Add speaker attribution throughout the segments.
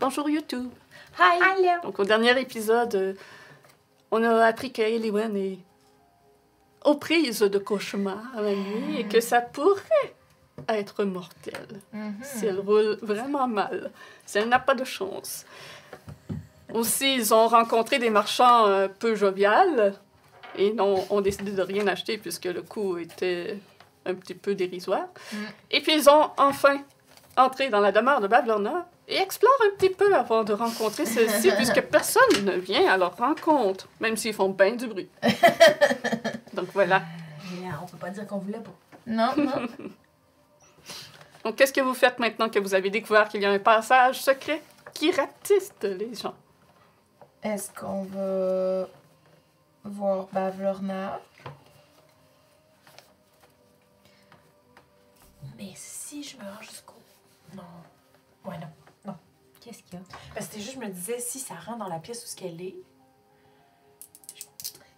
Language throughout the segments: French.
Speaker 1: Bonjour YouTube.
Speaker 2: Hi.
Speaker 1: Donc au dernier épisode, euh, on a appris que Eliwen est aux prises de cauchemars la nuit et que ça pourrait être mortel
Speaker 2: Mm-hmm.
Speaker 1: si elle roule Mhm. vraiment mal, si elle n'a pas de chance. Aussi, ils ont rencontré des marchands euh, peu joviales et n'ont- ont décidé de rien acheter puisque le coût était un petit peu dérisoire.
Speaker 2: Mm.
Speaker 1: Et puis, ils ont enfin entré dans la demeure de Bablona et explorent un petit peu avant de rencontrer celle-ci puisque personne ne vient à leur rencontre, même s'ils font bien du bruit. Donc voilà.
Speaker 3: Mais on peut pas dire qu'on voulait pas.
Speaker 2: Non, non.
Speaker 1: Donc, qu'est-ce que vous faites maintenant que vous avez découvert qu'il y a un passage secret qui ratiste les gens?
Speaker 2: Est-ce qu'on va voir Bavlorna?
Speaker 3: Mais si je me rends jusqu'au. Non. Ouais, non.
Speaker 4: Qu'est-ce qu'il y a?
Speaker 3: Parce que c'était juste, je me disais, si ça rentre dans la pièce où ce qu'elle est,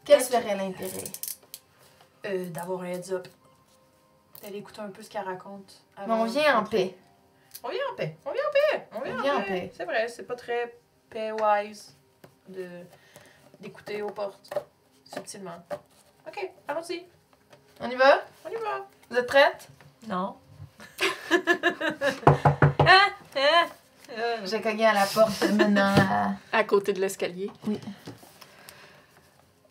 Speaker 2: Quel serait l'intérêt?
Speaker 3: euh, d'avoir un heads up. D'aller écouter un peu ce qu'elle raconte.
Speaker 2: Mais
Speaker 3: avant
Speaker 2: Ben, on vient en
Speaker 3: de-
Speaker 2: paix.
Speaker 3: On vient en paix. On vient en paix. On vient, en, paix. C'est vrai, c'est pas très paywise de d'écouter aux portes subtilement. Ok, allons-y.
Speaker 2: On y va?
Speaker 3: On y va.
Speaker 2: Vous êtes prête?
Speaker 4: Non. ah, ah, euh,
Speaker 2: J'ai cogné à la porte menant à.
Speaker 1: à côté de l'escalier.
Speaker 2: Oui.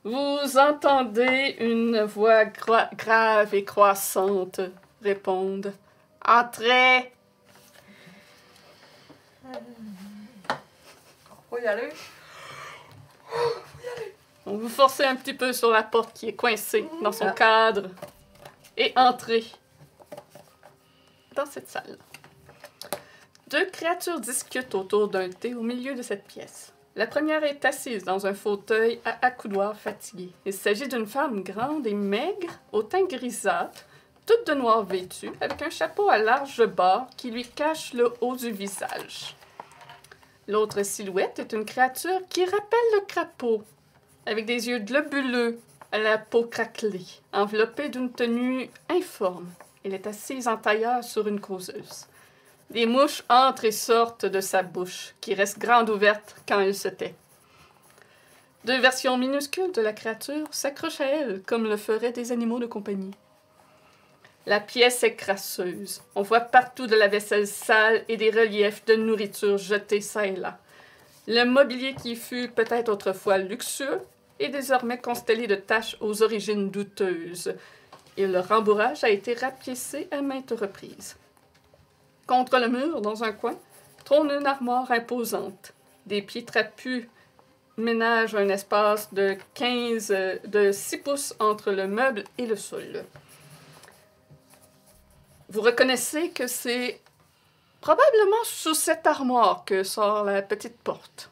Speaker 1: Vous entendez une voix gro- grave et croissante répondre Entrez
Speaker 3: Faut y aller.
Speaker 1: Donc vous forcez un petit peu sur la porte qui est coincée dans son cadre et entrez dans cette salle. Deux créatures discutent autour d'un thé au milieu de cette pièce. La première est assise dans un fauteuil à accoudoir fatigué. Il s'agit d'une femme grande et maigre, au teint grisâtre, toute de noir vêtue, avec un chapeau à large bord qui lui cache le haut du visage. L'autre silhouette est une créature qui rappelle le crapaud, avec des yeux globuleux, à la peau craquelée, enveloppée d'une tenue informe. Elle est assise en tailleur sur une causeuse. Des mouches entrent et sortent de sa bouche, qui reste grande ouverte quand elle se tait. Deux versions minuscules de la créature s'accrochent à elle, comme le feraient des animaux de compagnie. La pièce est crasseuse. On voit partout de la vaisselle sale et des reliefs de nourriture jetés çà et là. Le mobilier qui fut peut-être autrefois luxueux est désormais constellé de taches aux origines douteuses, et le rembourrage a été rapiécé à maintes reprises. Contre le mur, dans un coin, trône une armoire imposante. Des pieds trapus ménagent un espace de 15, euh, de 6 pouces entre le meuble et le sol. Vous reconnaissez que c'est Probablement sous cette armoire que sort la petite porte.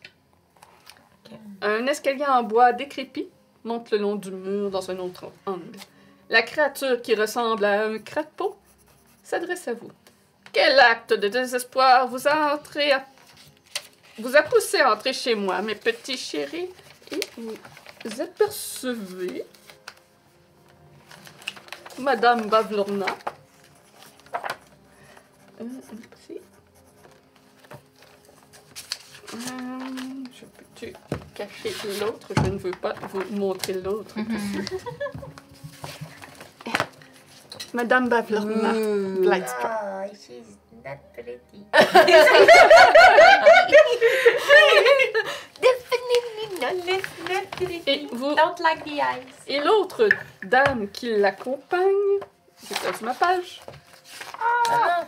Speaker 4: Ok.
Speaker 1: Un escalier en bois décrépit monte le long du mur dans un autre angle. La créature qui ressemble à un crapaud s'adresse à vous. Quel acte de désespoir vous a, entré à- vous a poussé à entrer chez moi, mes petits chéris, et vous apercevez Madame Bavlorna. Euh, ici. Hum, je peux-tu cacher l'autre? Je ne veux pas vous montrer l'autre.
Speaker 2: Mm-hmm.
Speaker 1: Madame Bavlorna, Blightstrike.
Speaker 5: Oh, she's not pretty.
Speaker 4: Definitely not.
Speaker 5: She's not pretty.
Speaker 1: Et vous
Speaker 5: Don't like the eyes.
Speaker 1: et l'autre dame qui l'accompagne, j'ai perdu ma page. Ah.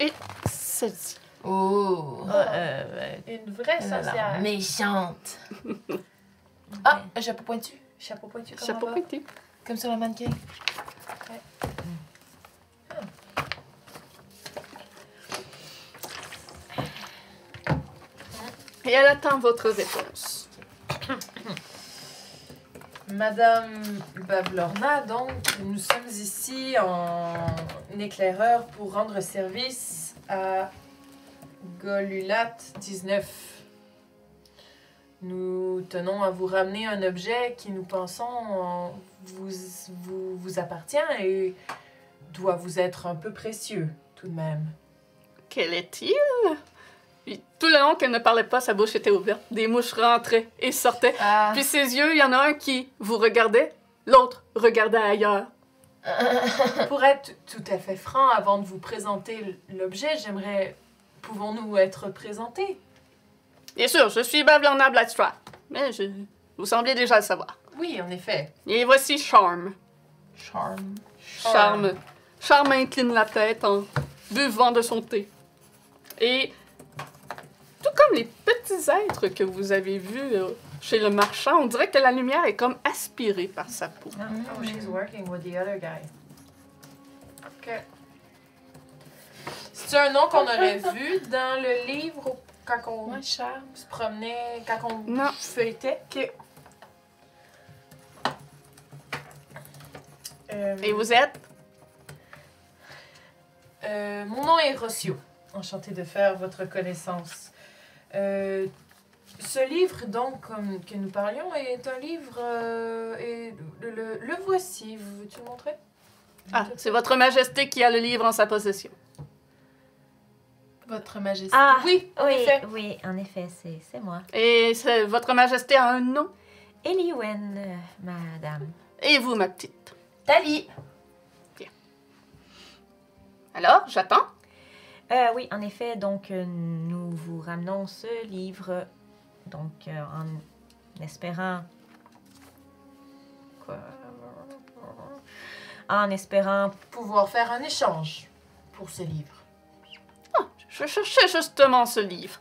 Speaker 1: Et celle-ci.
Speaker 2: Oh!
Speaker 4: Euh,
Speaker 3: Une vraie sorcière.
Speaker 2: Méchante! Ah! Chapeau pointu!
Speaker 3: Chapeau pointu comme
Speaker 1: Chapeau
Speaker 3: on va.
Speaker 1: pété.
Speaker 2: Comme sur le mannequin.
Speaker 1: Et elle attend votre réponse.
Speaker 3: Madame Bavlorna, donc, nous sommes ici en éclaireur pour rendre service à Golulat 19. Nous tenons à vous ramener un objet qui, nous pensons, en- vous, vous, vous appartient et doit vous être un peu précieux, tout de même.
Speaker 1: Quel est-il? Puis tout le long qu'elle ne parlait pas, sa bouche était ouverte. Des mouches rentraient et sortaient.
Speaker 2: Ah.
Speaker 1: Puis ses yeux, il y en a un qui vous regardait, l'autre regardait ailleurs.
Speaker 3: Pour être tout à fait franc, avant de vous présenter l'objet, j'aimerais. Pouvons-nous être présentés
Speaker 1: Bien sûr, je suis Bavlana Blackstrap, mais je... vous sembliez déjà le savoir.
Speaker 3: Oui, en effet.
Speaker 1: Et voici Charm.
Speaker 2: Charme.
Speaker 1: Charme. Charme incline la tête en buvant de son thé. Et tout comme les petits êtres que vous avez vus euh, chez le marchand, on dirait que la lumière est comme aspirée par sa peau.
Speaker 2: Mm.
Speaker 3: Oh, she's working with the other guy. Ok. C'est un nom qu'on aurait vu dans le livre au- quand on
Speaker 2: Ouais, charme.
Speaker 3: se promenait, quand on
Speaker 1: Non.
Speaker 3: feuilletait. Ok. Euh,
Speaker 1: Et vous êtes
Speaker 3: Euh, mon nom est Rossio. Enchanté de faire votre connaissance. Euh, ce livre, donc, comme, que nous parlions, est un livre. euh, et le, le- le voici. Veux-tu le montrer
Speaker 1: Ah, c'est votre majesté qui a le livre en sa possession.
Speaker 2: Votre majesté.
Speaker 4: Ah,
Speaker 3: Oui, en
Speaker 4: oui,
Speaker 3: effet.
Speaker 4: oui, en effet, c'est c'est moi.
Speaker 1: Et c'est- votre majesté a un nom.
Speaker 4: Eliwen, euh, madame.
Speaker 1: Et vous, ma petite.
Speaker 2: Tali.
Speaker 1: Alors, j'attends.
Speaker 4: Euh, oui, en effet, donc euh, nous vous ramenons ce livre, donc euh, en espérant. Quoi? En espérant.
Speaker 3: Pouvoir faire un échange pour ce livre.
Speaker 1: Je cherchais justement ce livre.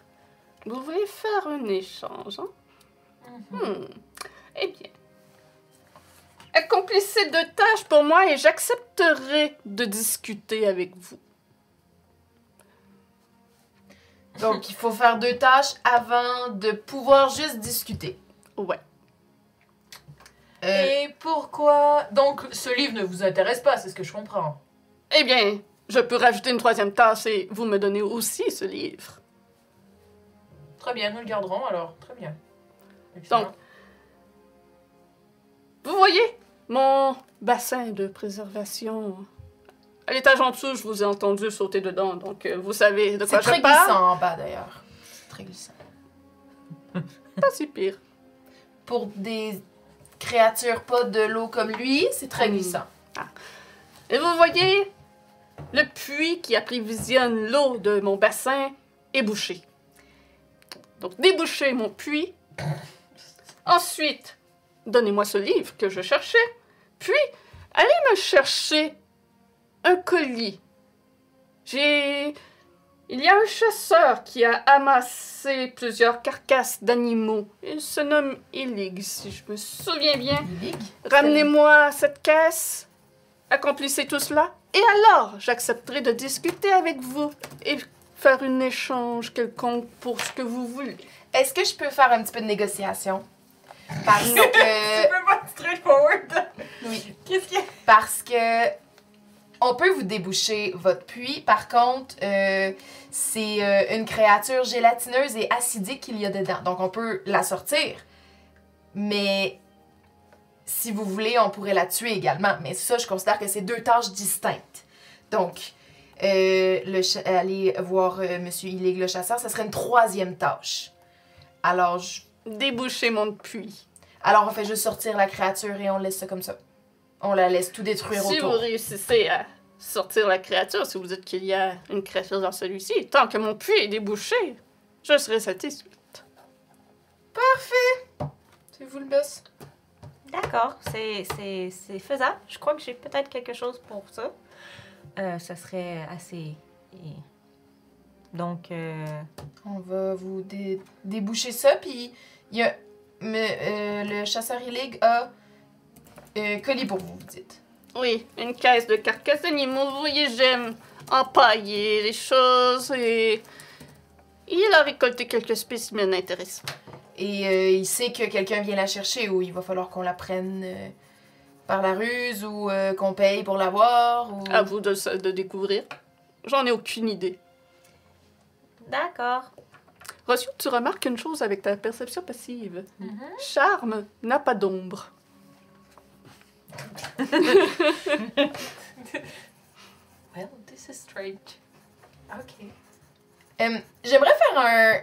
Speaker 1: Vous voulez faire un échange, hein?
Speaker 2: Mm-hmm.
Speaker 1: Hmm. Eh bien. Accomplissez deux tâches pour moi et j'accepterai de discuter avec vous.
Speaker 2: Donc, il faut faire deux tâches avant de pouvoir juste discuter.
Speaker 1: Ouais.
Speaker 2: Euh,
Speaker 3: Et pourquoi Donc, ce livre ne vous intéresse pas, c'est ce que je comprends.
Speaker 1: Eh bien, je peux rajouter une troisième tâche et vous me donnez aussi ce livre.
Speaker 3: Très bien, nous le garderons alors. Très bien. Excellent.
Speaker 1: Donc, Vous voyez mon bassin de préservation à l'étage en dessous, je vous ai entendu sauter dedans, donc euh, vous savez de
Speaker 2: C'est
Speaker 1: quoi
Speaker 2: très
Speaker 1: je parle.
Speaker 2: glissant en bas d'ailleurs. C'est très glissant.
Speaker 1: Pas si pire.
Speaker 2: Pour des créatures pas de l'eau comme lui, c'est très
Speaker 1: Mm.
Speaker 2: glissant.
Speaker 1: Et vous voyez le puits qui approvisionne l'eau de mon bassin est bouché. Donc débouchez mon puits. Ensuite, donnez-moi ce livre que je cherchais. Puis allez me chercher un colis. J'ai il y a un chasseur qui a amassé plusieurs carcasses d'animaux. Il se nomme Ilig, si je me souviens bien. Ramenez-moi cette caisse, accomplissez tout cela, et alors j'accepterai de discuter avec vous et faire un échange quelconque pour ce que vous voulez.
Speaker 2: Est-ce que je peux faire un petit peu de négociation? Parce que.
Speaker 3: peux pas être straightforward.
Speaker 2: oui.
Speaker 3: Qu'est-ce qu'il y a
Speaker 2: Parce que. On peut vous déboucher votre puits. Par contre, euh, c'est euh, une créature gélatineuse et acidique qu'il y a dedans. Donc, on peut la sortir. Mais. Si vous voulez, on pourrait la tuer également. Mais ça, je considère que c'est deux tâches distinctes. Donc. euh, le cha- aller voir euh, Monsieur Illig le chasseur, ça serait une troisième tâche. Alors, je
Speaker 1: Débouchez mon puits.
Speaker 2: Alors on fait juste sortir la créature et on laisse ça comme ça. On la laisse tout détruire
Speaker 1: Si vous
Speaker 2: autour.
Speaker 1: réussissez à sortir la créature, si vous dites qu'il y a une créature dans celui-ci, tant que mon puits est débouché, je serai satisfait.
Speaker 2: C'est vous le boss.
Speaker 4: D'accord, c'est- c'est c'est faisable. Je crois que j'ai peut-être quelque chose pour ça. Euh, ça serait assez. et- Donc, euh,
Speaker 2: On va vous dé- déboucher ça puis il y a mais, euh, le chasseur illigue a euh, colis pour vous, vous dites.
Speaker 1: Oui, une caisse de carcasses d'animaux. Vous voyez, j'aime empailler les choses et... Il a récolté quelques spécimens intéressants.
Speaker 2: Et euh, il sait que quelqu'un vient la chercher ou il va falloir qu'on la prenne euh, par la ruse ou euh, qu'on paye pour l'avoir ou
Speaker 1: À Ah, vous de, le- de découvrir. J'en ai aucune idée.
Speaker 4: d'accord.
Speaker 1: Rossio, tu remarques une chose avec ta perception passive. Charme n'a pas d'ombre.
Speaker 2: Well,
Speaker 5: This is strange.
Speaker 3: Ok.
Speaker 2: Euh, J'aimerais faire un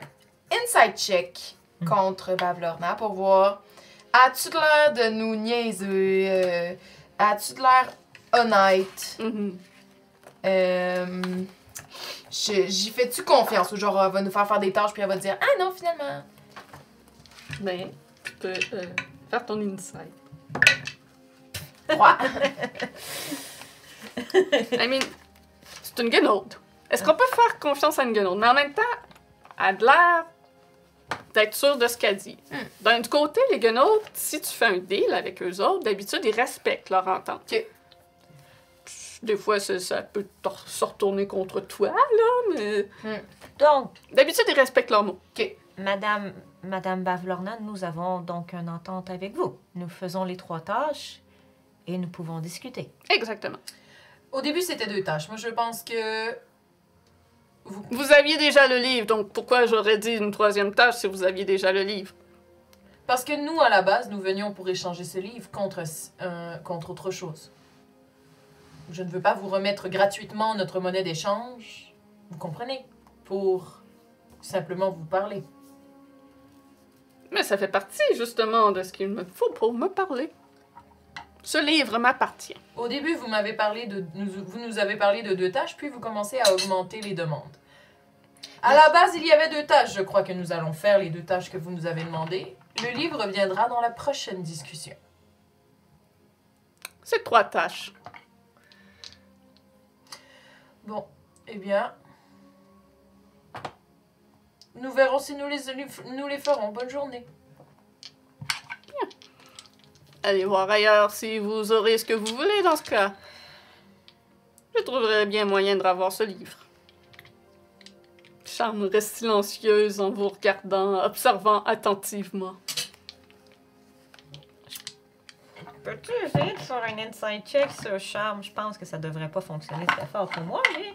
Speaker 2: inside check contre Bavlorna pour voir. As-tu de l'air de nous niaiser? euh, As-tu de l'air honnête?
Speaker 1: Mhm.
Speaker 2: Euh, je- J'y fais-tu confiance? Ou genre, elle va nous faire faire des tâches puis elle va dire Ah non, finalement.
Speaker 1: Ben, tu peux euh, faire ton insight.
Speaker 2: Trois.
Speaker 1: I mean, c'est une guenaude. Est-ce qu'on peut faire confiance à une guenaude? Mais en même temps, elle a de l'air d'être sûre de ce qu'elle dit. D'un autre côté, les guenaudes, si tu fais un deal avec eux autres, d'habitude, ils respectent leur entente.
Speaker 2: Ok.
Speaker 1: Des fois, ça, ça peut te- se retourner contre toi, là, mais...
Speaker 4: Donc,
Speaker 1: D'habitude, ils respectent leurs mots.
Speaker 4: Madame, Madame Bavlorna, nous avons donc une entente avec vous. Nous faisons les trois tâches et nous pouvons discuter.
Speaker 1: Exactement.
Speaker 3: Au début, c'était deux tâches. Moi, je pense que. Vous...
Speaker 1: Vous aviez déjà le livre, donc pourquoi j'aurais dit une troisième tâche si vous aviez déjà le livre?
Speaker 3: Parce que nous, à la base, nous venions pour échanger ce livre contre, s- un- contre autre chose. Je ne veux pas vous remettre gratuitement notre monnaie d'échange. Vous comprenez Pour simplement vous parler.
Speaker 1: Mais ça fait partie, justement, de ce qu'il me faut pour me parler. Ce livre m'appartient.
Speaker 3: Au début, vous m'avez parlé de nous- vous nous avez parlé de deux tâches, puis vous commencez à augmenter les demandes. À la base, il y avait deux tâches. Je crois que nous allons faire les deux tâches que vous nous avez demandées. Le livre viendra dans la prochaine discussion.
Speaker 1: C'est trois tâches.
Speaker 3: Bon, eh bien, nous verrons si nous les nous les ferons. Bonne journée.
Speaker 1: Allez voir ailleurs si vous aurez ce que vous voulez dans ce cas. Je trouverai bien moyen de revoir ce livre. Charme reste silencieuse en vous regardant, observant attentivement.
Speaker 4: Peux-tu essayer de faire un inside check sur Charme? Je pense que ça devrait pas fonctionner très fort pour moi, mais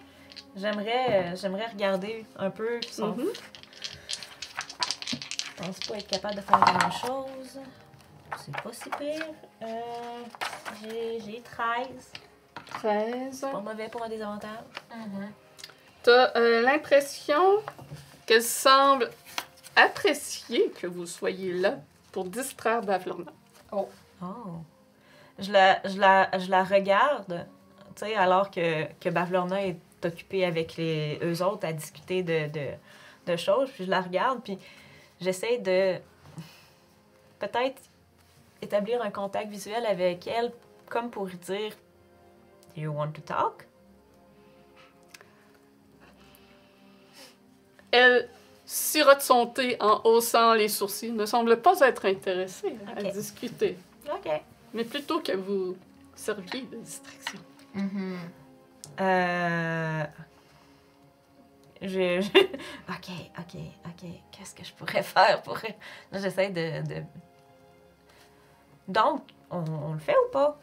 Speaker 4: j'aimerais, euh, j'aimerais regarder un peu. son-
Speaker 1: Mhm.
Speaker 4: Je pense pas être capable de faire grand-chose. C'est pas si pire. Euh, j'ai, j'ai 13.
Speaker 1: 13.
Speaker 4: Pas mauvais pour un désavantage.
Speaker 1: T'as euh, l'impression qu'elle semble apprécier que vous soyez là pour distraire Bavlorna.
Speaker 4: Oh. Je la, je la, je la regarde, tu sais, alors que, que Bavlorna est occupée avec les, eux autres à discuter de, de, de choses. Puis je la regarde, puis j'essaie de peut-être établir un contact visuel avec elle, comme pour dire Do you want to talk?
Speaker 1: Elle sirote son thé en haussant les sourcils, ne semble pas être intéressée à
Speaker 4: Ok.
Speaker 1: discuter,
Speaker 4: OK.
Speaker 1: mais plutôt que vous serviez de distraction.
Speaker 2: Mhm.
Speaker 4: Euh. Je... ok, ok, ok. Qu'est-ce que je pourrais faire pour. Là, j'essaie de, de. Donc, on, on le fait ou pas?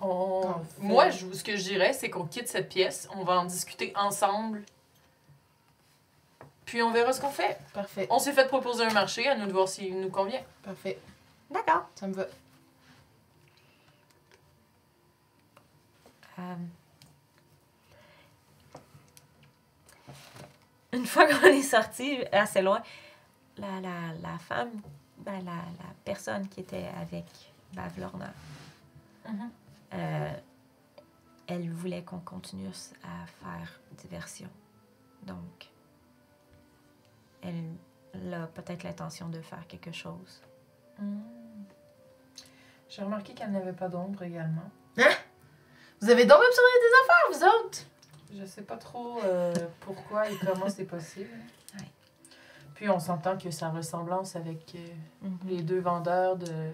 Speaker 3: On-
Speaker 2: Enfin.
Speaker 3: Moi, je, ce que je dirais, c'est qu'on quitte cette pièce, on va en discuter ensemble, puis on verra ce qu'on fait.
Speaker 2: Parfait,
Speaker 3: On s'est fait proposer un marché, à nous de voir s'il nous convient.
Speaker 2: parfait.
Speaker 4: D'accord.
Speaker 2: Ça me va.
Speaker 4: Euh, Une fois qu'on est sorti assez loin, la, la, la femme, ben, la, la personne qui était avec Bavlorna,
Speaker 3: Mhm.
Speaker 4: Euh, elle voulait qu'on continue à faire diversion. Donc, elle a peut-être l'intention de faire quelque chose.
Speaker 3: Mhm. J'ai remarqué qu'elle n'avait pas d'ombre également.
Speaker 2: Vous avez donc observé des affaires, vous autres?
Speaker 3: Je sais pas trop euh, pourquoi et comment c'est possible.
Speaker 4: Ouais.
Speaker 3: Puis on s'entend que sa ressemblance avec euh,
Speaker 4: Mhm.
Speaker 3: les deux vendeurs de,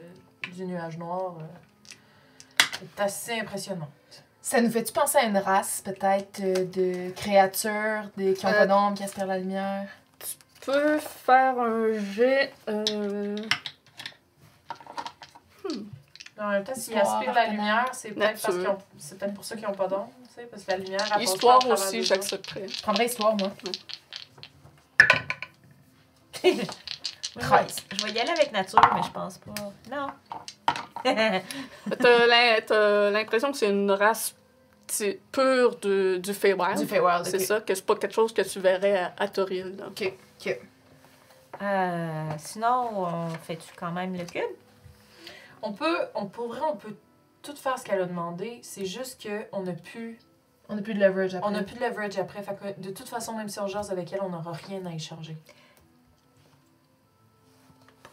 Speaker 3: du nuage noir euh, est assez impressionnante.
Speaker 2: Ça nous fait-tu penser à une race, peut-être, euh, de créatures des... qui ont
Speaker 1: Euh,
Speaker 2: pas d'ombre, qui aspirent la lumière?
Speaker 1: Tu peux faire un jet. euh,
Speaker 3: En même temps, s'ils
Speaker 2: Histoire,
Speaker 3: aspirent la
Speaker 2: partenaire.
Speaker 3: lumière, c'est peut-être parce
Speaker 1: Nature.
Speaker 3: qu'ils ont- c'est peut-être pour ça qu'ils n'ont pas d'ombre, tu sais, parce que la lumière
Speaker 2: Ah,
Speaker 3: elle passe pas à
Speaker 1: Histoire
Speaker 3: travers
Speaker 1: aussi,
Speaker 3: les
Speaker 1: j'accepterais.
Speaker 2: Je prendrais histoire, moi.
Speaker 4: Moi, je vais-
Speaker 2: 13.
Speaker 4: Je vais y aller avec nature, mais je pense pas. Non.
Speaker 1: T'as l'im- t'as l'impression que c'est une race c'est pur du, du Feywild.
Speaker 2: Du Feywild,
Speaker 1: Ah, C'est
Speaker 2: ok.
Speaker 1: ça, que c'est pas quelque chose que tu verrais à, à Toril. là.
Speaker 2: Ok, ok.
Speaker 4: Euh, sinon, on fait-tu quand même le cube?
Speaker 3: On peut, on, pour vrai, on peut tout faire ce qu'elle a demandé. C'est juste qu'on n'a plus,
Speaker 2: On n'a plus de leverage après.
Speaker 3: on a plus de leverage après. Fait que de toute façon, même si on jase avec elle, on n'aura rien à échanger.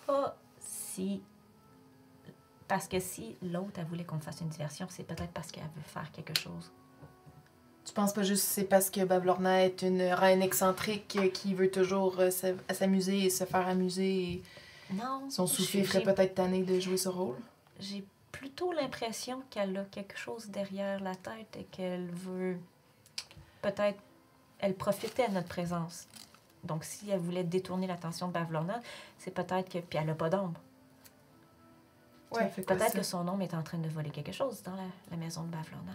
Speaker 4: Pas si. Parce que si l'autre, elle voulait qu'on fasse une diversion, c'est peut-être parce qu'elle veut faire quelque chose.
Speaker 2: Tu penses pas juste que c'est parce que Bablorna est une reine excentrique euh, qui veut toujours euh, s'a- s'amuser et se faire amuser
Speaker 4: Non.
Speaker 2: et son souffle
Speaker 4: j'ai-
Speaker 2: ferait peut-être tanné de jouer ce rôle?
Speaker 4: J'ai plutôt l'impression qu'elle a quelque chose derrière la tête et qu'elle veut. Peut-être. Elle profitait de notre présence. Donc, si elle voulait détourner l'attention de Bavlorna, c'est peut-être que. Puis elle n'a pas d'ombre.
Speaker 2: Ça fait quoi,
Speaker 4: Peut-être
Speaker 2: ça?
Speaker 4: que son ombre est en train de voler quelque chose dans la, la maison de Bavlorna.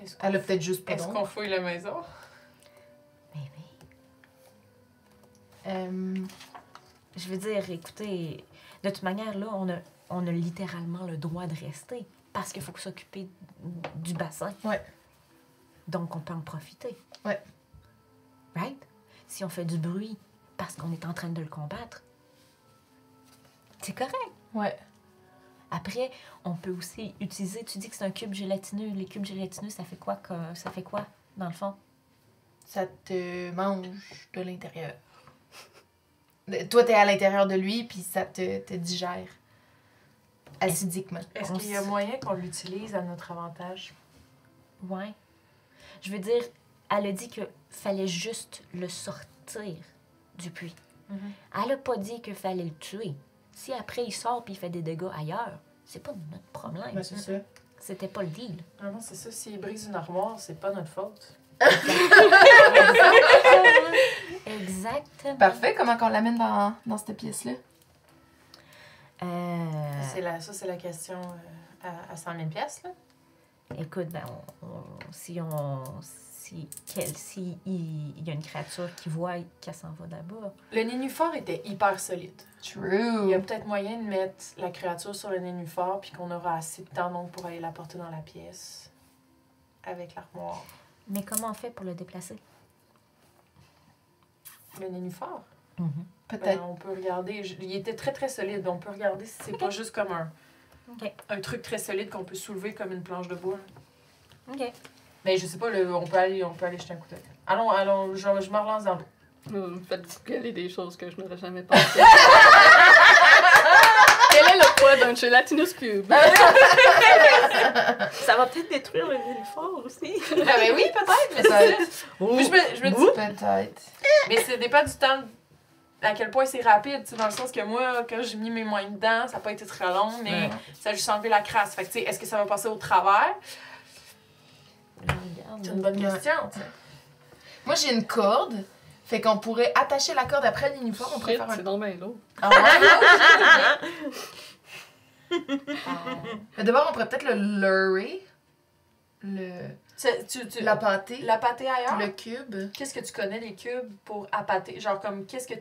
Speaker 3: Est-ce
Speaker 2: Elle a peut-être juste pas d'ombre.
Speaker 3: fouille la maison?
Speaker 4: Mais oui.
Speaker 2: Euh,
Speaker 4: Je veux dire, écoutez, de toute manière, là, on a, on a littéralement le droit de rester parce qu'il faut s'occuper du bassin.
Speaker 2: Ouais.
Speaker 4: Donc, on peut en profiter.
Speaker 2: Ouais.
Speaker 4: Right? Si on fait du bruit parce qu'on est en train de le combattre, c'est correct.
Speaker 2: Ouais.
Speaker 4: Après, on peut aussi utiliser. Tu dis que c'est un cube gélatineux. Les cubes gélatineux, ça fait quoi, que- ça fait quoi dans le fond?
Speaker 2: Ça te mange de l'intérieur. De- Toi, t'es à l'intérieur de lui, puis ça te, te digère. Acidiquement.
Speaker 3: Est-ce
Speaker 4: On
Speaker 3: qu'il y a
Speaker 4: s-
Speaker 3: moyen qu'on l'utilise à notre avantage?
Speaker 4: Ouais. Je veux dire, elle a dit que fallait juste le sortir du puits.
Speaker 3: Mhm.
Speaker 4: Elle a pas dit que fallait le tuer. Si après il sort puis il fait des dégâts ailleurs, c'est pas notre problème.
Speaker 2: c'est ça.
Speaker 4: C'était pas le deal.
Speaker 3: Vraiment, c'est ça. S'il brise une armoire, c'est pas notre faute.
Speaker 4: Exactement.
Speaker 2: Parfait, comment qu'on l'amène dans, dans cette pièce-là?
Speaker 4: Euh,
Speaker 3: C'est la, ça, c'est la question euh, à, à 100 000 pièces, là.
Speaker 4: écoute, ben, on- on- si on si quel si il il y a une créature qui voit qu'elle s'en va d'abord.
Speaker 3: Le nénuphar était hyper solide. Il y a
Speaker 2: True.
Speaker 3: peut-être moyen de mettre la créature sur le nénuphar, puis qu'on aura assez de temps donc pour aller la porter dans la pièce avec l'armoire.
Speaker 4: Mais comment on fait pour le déplacer
Speaker 3: Le nénuphar,
Speaker 4: Mhm.
Speaker 3: ben,
Speaker 2: Peut-être.
Speaker 3: on peut regarder. je- Il était très très solide, on peut regarder si c'est pas juste comme un,
Speaker 4: Ok.
Speaker 3: un truc très solide qu'on peut soulever comme une planche de bois.
Speaker 4: Ok.
Speaker 3: Mais Ben, je sais pas, le- on, peut aller, on peut aller jeter un coup d'œil. Allons, allons, je, je me relance dans l'eau.
Speaker 1: Vous me faites gueuler des choses que je n'aurais jamais pensé. Quel est le poids d'un gelatinous cube?
Speaker 2: Ah
Speaker 4: Ça va peut-être détruire le fort aussi.
Speaker 3: ah ben oui, peut-être, mais c'est
Speaker 1: Oh.
Speaker 3: Mais je me, je me dis,
Speaker 2: Peut-être.
Speaker 3: mais ça dépend du temps à quel point c'est rapide, tu sais, dans le sens que moi, quand j'ai mis mes moyens dedans, ça n'a pas été très long, mais... Ça a juste enlevé la crasse. Fait que, tu sais, est-ce que ça va passer au travers? C'est une bonne
Speaker 2: Ouais.
Speaker 3: question, tu sais.
Speaker 2: Moi, j'ai une corde. Fait qu'on pourrait attacher la corde après l'uniforme. On pourrait
Speaker 1: Shit,
Speaker 2: faire
Speaker 1: C'est
Speaker 2: un...
Speaker 1: donc bien lourd.
Speaker 2: Ah ouais? Mais d'abord, on pourrait peut-être le leurrer. Le...
Speaker 3: Tu- Tu, tu,
Speaker 2: La pâté.
Speaker 3: la pâté ailleurs?
Speaker 2: Le cube.
Speaker 3: Qu'est-ce que tu connais, les cubes, pour appâter? Genre, comme, qu'est-ce que...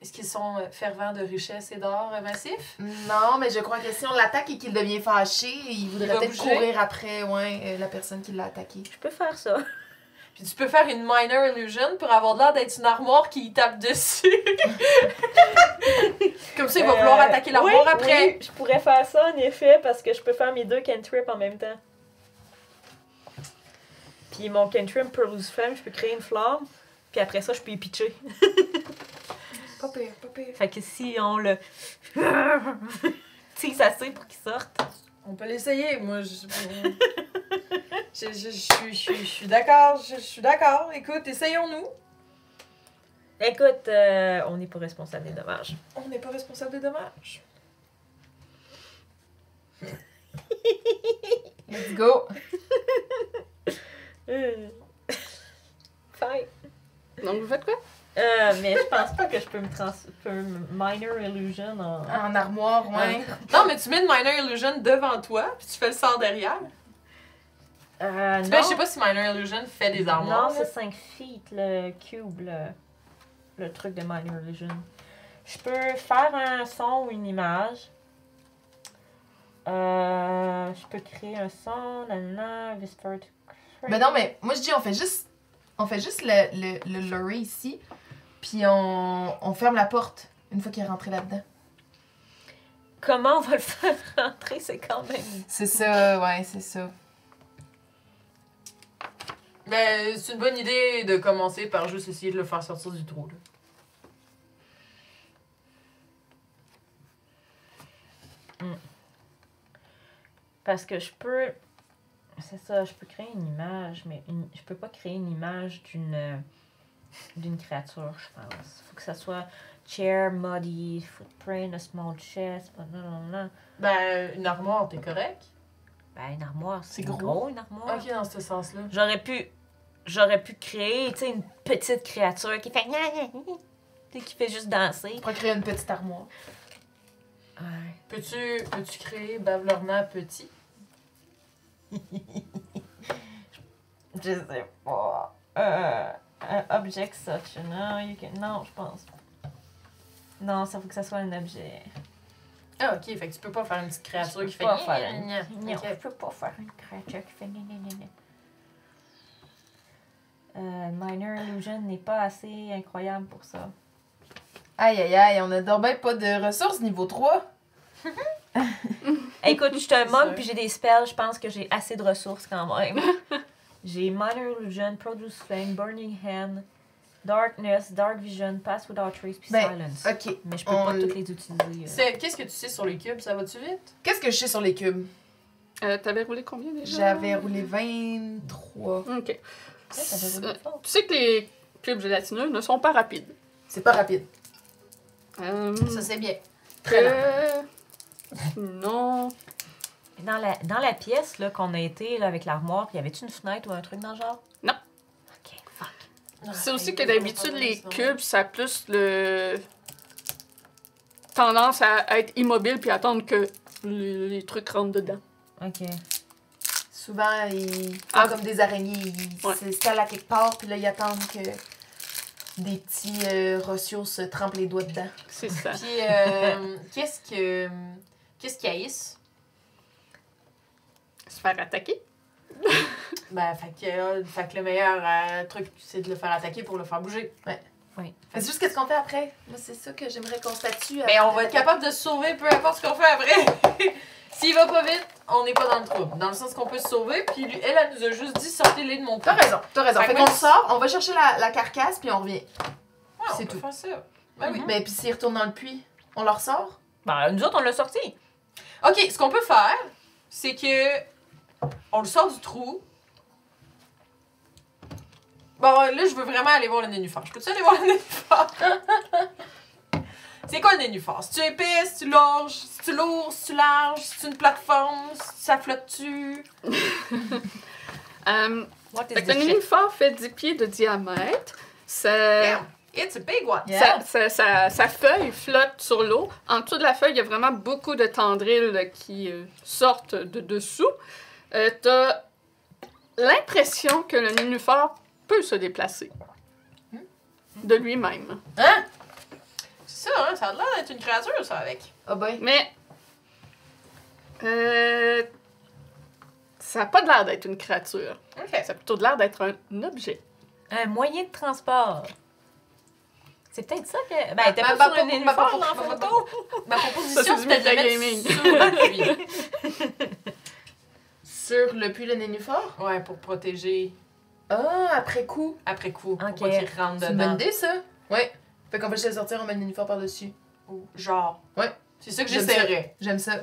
Speaker 3: Est-ce qu'ils sont euh, fervents de richesse et d'or euh, massif?
Speaker 2: Non, mais je crois que si on l'attaque et qu'il devient fâché, il
Speaker 3: va
Speaker 2: voudrait peut-être
Speaker 3: bouger.
Speaker 2: courir après ouais, euh, la personne qui l'a attaqué.
Speaker 4: Je peux faire ça.
Speaker 3: Puis tu peux faire une minor illusion pour avoir l'air d'être une armoire qui tape dessus. comme ça, il va vouloir attaquer l'armoire après.
Speaker 6: Euh, je pourrais faire ça en effet parce que je peux faire mes deux cantrips en même temps. Puis mon cantrip Pearl's Flame, je peux créer une flamme, puis après ça, je peux y pitcher.
Speaker 3: Pas pire, pas pire.
Speaker 4: Fait que si on le. si ça sait pour qu'il sorte.
Speaker 3: On peut l'essayer, moi je. je, je, je suis- je suis- je suis d'accord, je, je suis d'accord. Écoute, essayons-nous.
Speaker 4: Écoute, euh, on n'est pas responsable des dommages.
Speaker 3: On n'est pas responsable des dommages.
Speaker 2: Let's go!
Speaker 6: Hum. Fine.
Speaker 1: Donc, vous faites quoi?
Speaker 6: Euh, mais je pense pas que je peux me trans... peux me minor illusion en...
Speaker 2: En armoire, Ah, ouais.
Speaker 3: Non, mais tu mets une minor illusion devant toi, puis tu fais le sort derrière.
Speaker 4: Euh,
Speaker 3: Tu
Speaker 4: non,
Speaker 3: fais- je sais pas si minor illusion fait des armoires.
Speaker 6: Non, c'est 5 feet, le cube, le, le truc de Minor Illusion. Je peux faire un son ou une image.
Speaker 4: Euh, je peux créer un son, nanana, whisper to create.
Speaker 2: Ben non, mais moi je dis, on fait juste, on fait juste le, le, le lurry ici, puis on, on ferme la porte une fois qu'il est rentré là-dedans.
Speaker 4: Comment on va le faire rentrer, c'est quand même...
Speaker 2: C'est ça, ouais, c'est ça.
Speaker 3: Mais Ben, c'est une bonne idée de commencer par juste essayer de le faire sortir du trou. Là.
Speaker 4: Parce que je peux... C'est ça, je peux créer une image, mais une- je peux pas créer une image d'une euh, d'une créature, je pense. Faut que ça soit chair, muddy, footprint, a small chest, blablabla.
Speaker 3: Ben, une armoire, t'es correct?
Speaker 4: Ben, une armoire,
Speaker 1: C'est
Speaker 4: c'est gros.
Speaker 1: gros.
Speaker 4: une armoire.
Speaker 3: Ok, dans ce sens-là.
Speaker 4: J'aurais pu j'aurais pu créer, tu sais, une petite créature qui fait gna, gna, gna, tu sais, qui fait juste danser.
Speaker 2: On pourrait créer une petite armoire.
Speaker 3: Peux-tu peux-tu créer Bavlorna petit?
Speaker 4: Je sais pas. Euh, un object such, non, you can- non, je pense. Non, ça faut que ça soit un objet.
Speaker 3: Ah, ok, fait que tu peux pas faire une petite créature
Speaker 4: Je
Speaker 3: qui
Speaker 4: peux
Speaker 3: fait.
Speaker 4: pas faire une-
Speaker 3: gna, gna,
Speaker 4: Non,
Speaker 3: gna.
Speaker 4: je
Speaker 3: Ok.
Speaker 4: peux pas faire une créature qui fait gna, gna, gna, gna. Euh, Minor Illusion n'est pas assez incroyable pour ça.
Speaker 2: Aïe aïe aïe, on a donc ben pas de ressources niveau 3.
Speaker 4: Écoute, je suis un
Speaker 3: C'est
Speaker 4: monk
Speaker 3: sûr.
Speaker 4: puis j'ai des spells, je pense que j'ai assez de ressources quand même. j'ai Minor Illusion, Produce Flame, Burning Hand, Darkness, Dark Vision, Pass Without Trace puis
Speaker 2: Ben,
Speaker 4: Silence.
Speaker 2: Ok.
Speaker 4: Mais je peux
Speaker 2: on-
Speaker 4: pas toutes les utiliser. euh.
Speaker 3: C'est- Qu'est-ce que tu sais sur les cubes? Ça va-tu vite?
Speaker 2: Qu'est-ce que je sais sur les cubes?
Speaker 1: Euh, T'avais roulé combien déjà?
Speaker 2: J'avais roulé 23.
Speaker 1: Ok.
Speaker 4: j'avais roulé
Speaker 1: Euh,
Speaker 4: fort.
Speaker 1: Tu sais que les cubes gélatineux ne sont pas rapides.
Speaker 2: C'est pas rapide.
Speaker 1: Euh,
Speaker 2: Ça, c'est bien.
Speaker 1: très Non.
Speaker 4: Dans la, dans la pièce là, qu'on a été là, avec l'armoire, y avait-tu une fenêtre ou un truc dans le genre?
Speaker 1: Non.
Speaker 4: Ok, fuck.
Speaker 1: Ah, C'est aussi que d'habitude, les cubes, ça a plus le. tendance à être immobile puis attendre que le- les trucs rentrent dedans.
Speaker 4: Ok.
Speaker 2: Souvent, ils font
Speaker 1: Ah.
Speaker 2: comme des araignées. Ils
Speaker 1: Ouais.
Speaker 2: s'installent à quelque part, puis là, ils attendent que des petits euh, rotiaux se trempent les doigts dedans.
Speaker 1: C'est ça.
Speaker 3: Puis, euh, qu'est-ce que. Qu'est-ce qu'ils haïssent?
Speaker 1: Se faire attaquer.
Speaker 3: Ben, fait que, euh, fait que le meilleur euh, truc, c'est de le faire attaquer pour le faire bouger.
Speaker 2: Mais C'est juste qu'est-ce qu'on fait après. Moi, c'est ça que j'aimerais qu'on statue.
Speaker 3: Mais on va être capable de se sauver peu importe ce qu'on fait après. S'il va pas vite, on n'est pas dans le trouble. Dans le sens qu'on peut se sauver, puis lui- elle, elle nous a juste dit sortez-les de mon
Speaker 2: T'as
Speaker 3: corps.
Speaker 2: raison, t'as raison.
Speaker 3: Fait
Speaker 2: Fait
Speaker 3: que
Speaker 2: qu'on
Speaker 3: même-
Speaker 2: sort, on va chercher la, la carcasse, puis on revient.
Speaker 3: Ouais, on
Speaker 2: C'est
Speaker 3: peut
Speaker 2: tout. Mhm.
Speaker 3: faire ça. Ben oui.
Speaker 2: Mais puis s'ils retournent dans le puits, on leur sort?
Speaker 4: Ben, nous autres, on l'a sorti.
Speaker 3: Ok, ce qu'on peut faire, c'est que. On le sort du trou. Bon, euh, là, je veux vraiment aller voir le nénuphar. Je peux-tu aller voir le nénuphar? c'est quoi le nénuphar? C'est-tu épais? C'est-tu large? C'est-tu lourd? C'est-tu large? C'est-tu une plateforme? Ça flotte-tu?
Speaker 1: Euh,
Speaker 4: What
Speaker 1: fait que le nénuphar fait 10 pieds de diamètre. Ça.
Speaker 3: Damn, Euh, It's a big one.
Speaker 1: Sa, sa- sa- sa feuille flotte sur l'eau. En dessous de la feuille, il y a vraiment beaucoup de tendrilles qui euh, sortent de dessous. Euh, T'as l'impression que le nénuphar peut se déplacer de lui-même.
Speaker 3: C'est ça, hein? Ça a l'air d'être une créature, ça, avec.
Speaker 2: Ah ben.
Speaker 1: Mais euh, ça n'a pas de l'air d'être une créature.
Speaker 3: Ok.
Speaker 1: Ça a plutôt de l'air d'être un objet.
Speaker 4: Un moyen de transport. C'est peut-être ça que. Ben,
Speaker 3: Ma-
Speaker 4: t'es
Speaker 3: ma-
Speaker 4: pas
Speaker 3: ma-
Speaker 4: sur le
Speaker 3: ma-
Speaker 4: nénuphar
Speaker 3: ma-
Speaker 4: dans la
Speaker 3: ma-
Speaker 4: photo.
Speaker 3: Ma
Speaker 1: Ça, c'est
Speaker 3: proposition,
Speaker 1: du
Speaker 3: c'était de le
Speaker 1: metagaming.
Speaker 3: mettre sur le puits.
Speaker 2: Sur le puits, le nénuphar?
Speaker 3: Ouais, pour protéger
Speaker 2: Ah, après coup.
Speaker 3: après coup. Pour
Speaker 4: Ok.
Speaker 3: pas qu'il rentre
Speaker 2: C'est une bonne
Speaker 3: dedans.
Speaker 2: idée, ça? Ouais. Fait qu'on va juste le sortir, on met le nénuphar par-dessus.
Speaker 3: Ou genre.
Speaker 2: Ouais.
Speaker 3: C'est ça que
Speaker 2: J'aime
Speaker 3: j'essaierais.
Speaker 2: J'aime ça.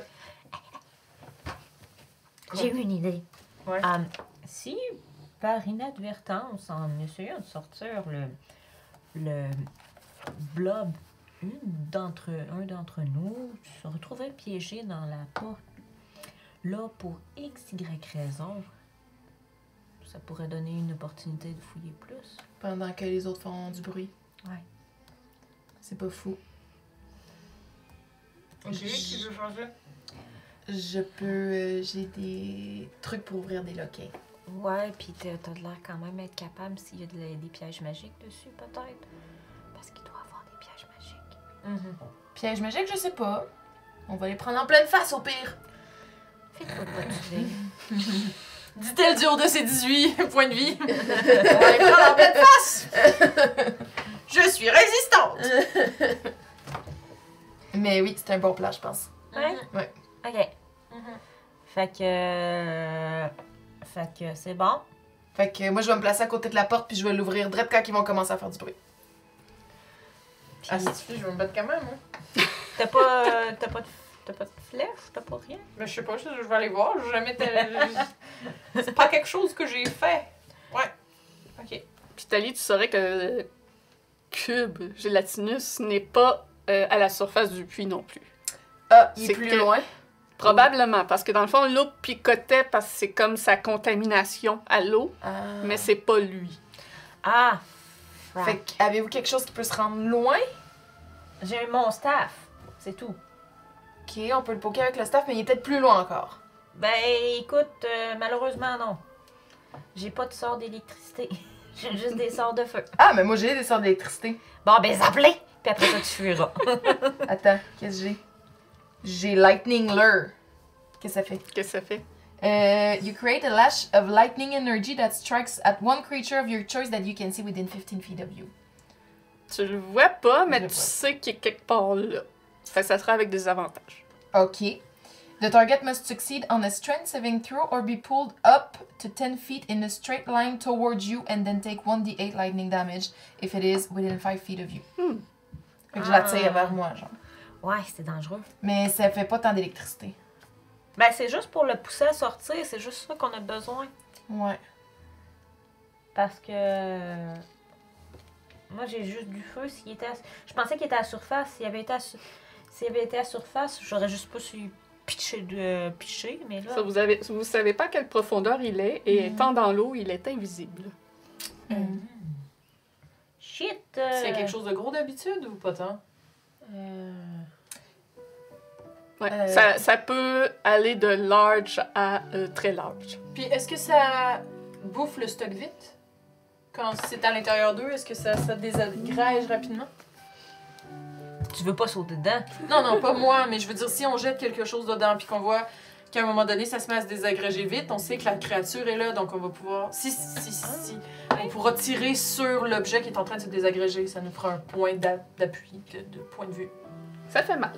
Speaker 4: J'ai eu une idée.
Speaker 3: Ouais.
Speaker 4: Euh, si, par inadvertance, en essayant de sortir le, le blob, une d'entre, un d'entre nous se retrouvait piégé dans la porte, là, pour x, y raison, ça pourrait donner une opportunité de fouiller plus.
Speaker 2: Pendant que les autres font du bruit.
Speaker 4: Ouais.
Speaker 2: C'est pas fou.
Speaker 3: J'ai qui veut faire ça.
Speaker 2: Je peux. euh, J'ai des trucs pour ouvrir des loquets.
Speaker 4: Ouais, puis t'as t'as de l'air quand même être capable s'il y a de- des pièges magiques dessus, peut-être. Parce qu'il doit avoir des pièges magiques.
Speaker 2: Piège magique, je sais pas. On va les prendre en pleine face au pire.
Speaker 4: Faites votre jet.
Speaker 2: Dit-elle du haut de ses 18 points de vie.
Speaker 3: On va les prendre en pleine face! Je suis résistante!
Speaker 2: Mais oui, c'est un bon plat, je pense.
Speaker 4: Ouais?
Speaker 2: Ouais.
Speaker 4: Ok.
Speaker 3: Mhm.
Speaker 4: Fait que. euh, Fait que c'est bon.
Speaker 2: Fait que moi, je vais me placer à côté de la porte, puis je vais l'ouvrir direct quand ils vont commencer à faire du bruit.
Speaker 3: Ah, si tu fais, je vais me battre quand même. Hein.
Speaker 4: T'as pas, euh, t'as pas, de- t'as pas de flèche, t'as pas rien.
Speaker 3: Mais je sais pas, je je vais aller voir. J'ai jamais. été- C'est pas quelque chose que j'ai fait. Ouais. Ok.
Speaker 1: Puis Thalie, tu saurais que le cube gélatinus n'est pas euh, à la surface du puits non plus.
Speaker 2: Ah, il est
Speaker 1: C'est
Speaker 2: plus
Speaker 1: que-
Speaker 2: loin.
Speaker 1: Probablement, parce que dans le fond, l'eau picotait parce que c'est comme sa contamination à l'eau,
Speaker 2: Ah.
Speaker 1: mais c'est pas lui.
Speaker 4: Ah!
Speaker 2: Fait que, avez-vous quelque chose qui peut se rendre loin?
Speaker 4: J'ai mon staff, c'est tout.
Speaker 2: Ok, on peut le poker avec le staff, mais il est peut-être plus loin encore.
Speaker 4: Ben écoute, euh, malheureusement non. J'ai pas de sort d'électricité. J'ai juste des sorts de feu.
Speaker 2: Ah, mais moi, j'ai des sorts d'électricité.
Speaker 4: Bon, ben appelez! Puis après ça, tu fuiras.
Speaker 2: Attends, qu'est-ce que j'ai? J'ai Lightning Lure. Qu'est-ce que ça fait?
Speaker 1: Qu'est-ce que ça fait?
Speaker 2: Euh, you create a lash of lightning energy that strikes at one creature of your choice that you can see within 15 feet of you.
Speaker 1: Tu le vois pas, mais
Speaker 2: Je le
Speaker 1: tu
Speaker 2: vois.
Speaker 1: sais qu'il est quelque part là. Fait que ça sera avec des avantages.
Speaker 2: Ok. The target must succeed on a strength saving throw or be pulled up to 10 feet in a straight line towards you and then take 1d8 lightning damage if it is within 5 feet of you.
Speaker 1: Hmm.
Speaker 2: Fait que je l'attire vers moi, genre.
Speaker 4: Ouais, c'est dangereux.
Speaker 2: Mais ça fait pas tant d'électricité.
Speaker 4: Ben c'est juste pour le pousser à sortir, c'est juste ça qu'on a besoin.
Speaker 2: Ouais.
Speaker 4: Parce que. euh, Moi, j'ai juste du feu. S'il était à- Je pensais qu'il était à la surface. S'il avait été à, su- s'il avait été à surface, j'aurais juste pas su pitcher, de... pitcher mais là.
Speaker 2: Ah.
Speaker 4: Euh,
Speaker 1: Ça, vous, avez, vous savez pas à quelle profondeur il est, et
Speaker 2: Mm-hmm.
Speaker 1: étant dans l'eau, il est invisible.
Speaker 2: Hmm.
Speaker 4: Shit!
Speaker 3: C'est
Speaker 4: euh,
Speaker 3: quelque chose de gros d'habitude ou pas tant?
Speaker 1: Ouais.
Speaker 2: Euh.
Speaker 1: Ça, ça peut aller de large à euh, très large.
Speaker 3: Puis est-ce que ça bouffe le stock vite? Quand c'est à l'intérieur d'eux, est-ce que ça, ça désagrège rapidement?
Speaker 4: Tu veux pas sauter dedans?
Speaker 3: Non, non, pas moi, mais je veux dire, si on jette quelque chose dedans puis qu'on voit qu'à un moment donné, ça se met à se désagréger vite, on sait que la créature est là, donc on va pouvoir. Si, si, si, si, si, on pourra tirer sur l'objet qui est en train de se désagréger. Ça nous fera un point d'a- d'appui, de, de point de vue.
Speaker 1: Ça fait mal.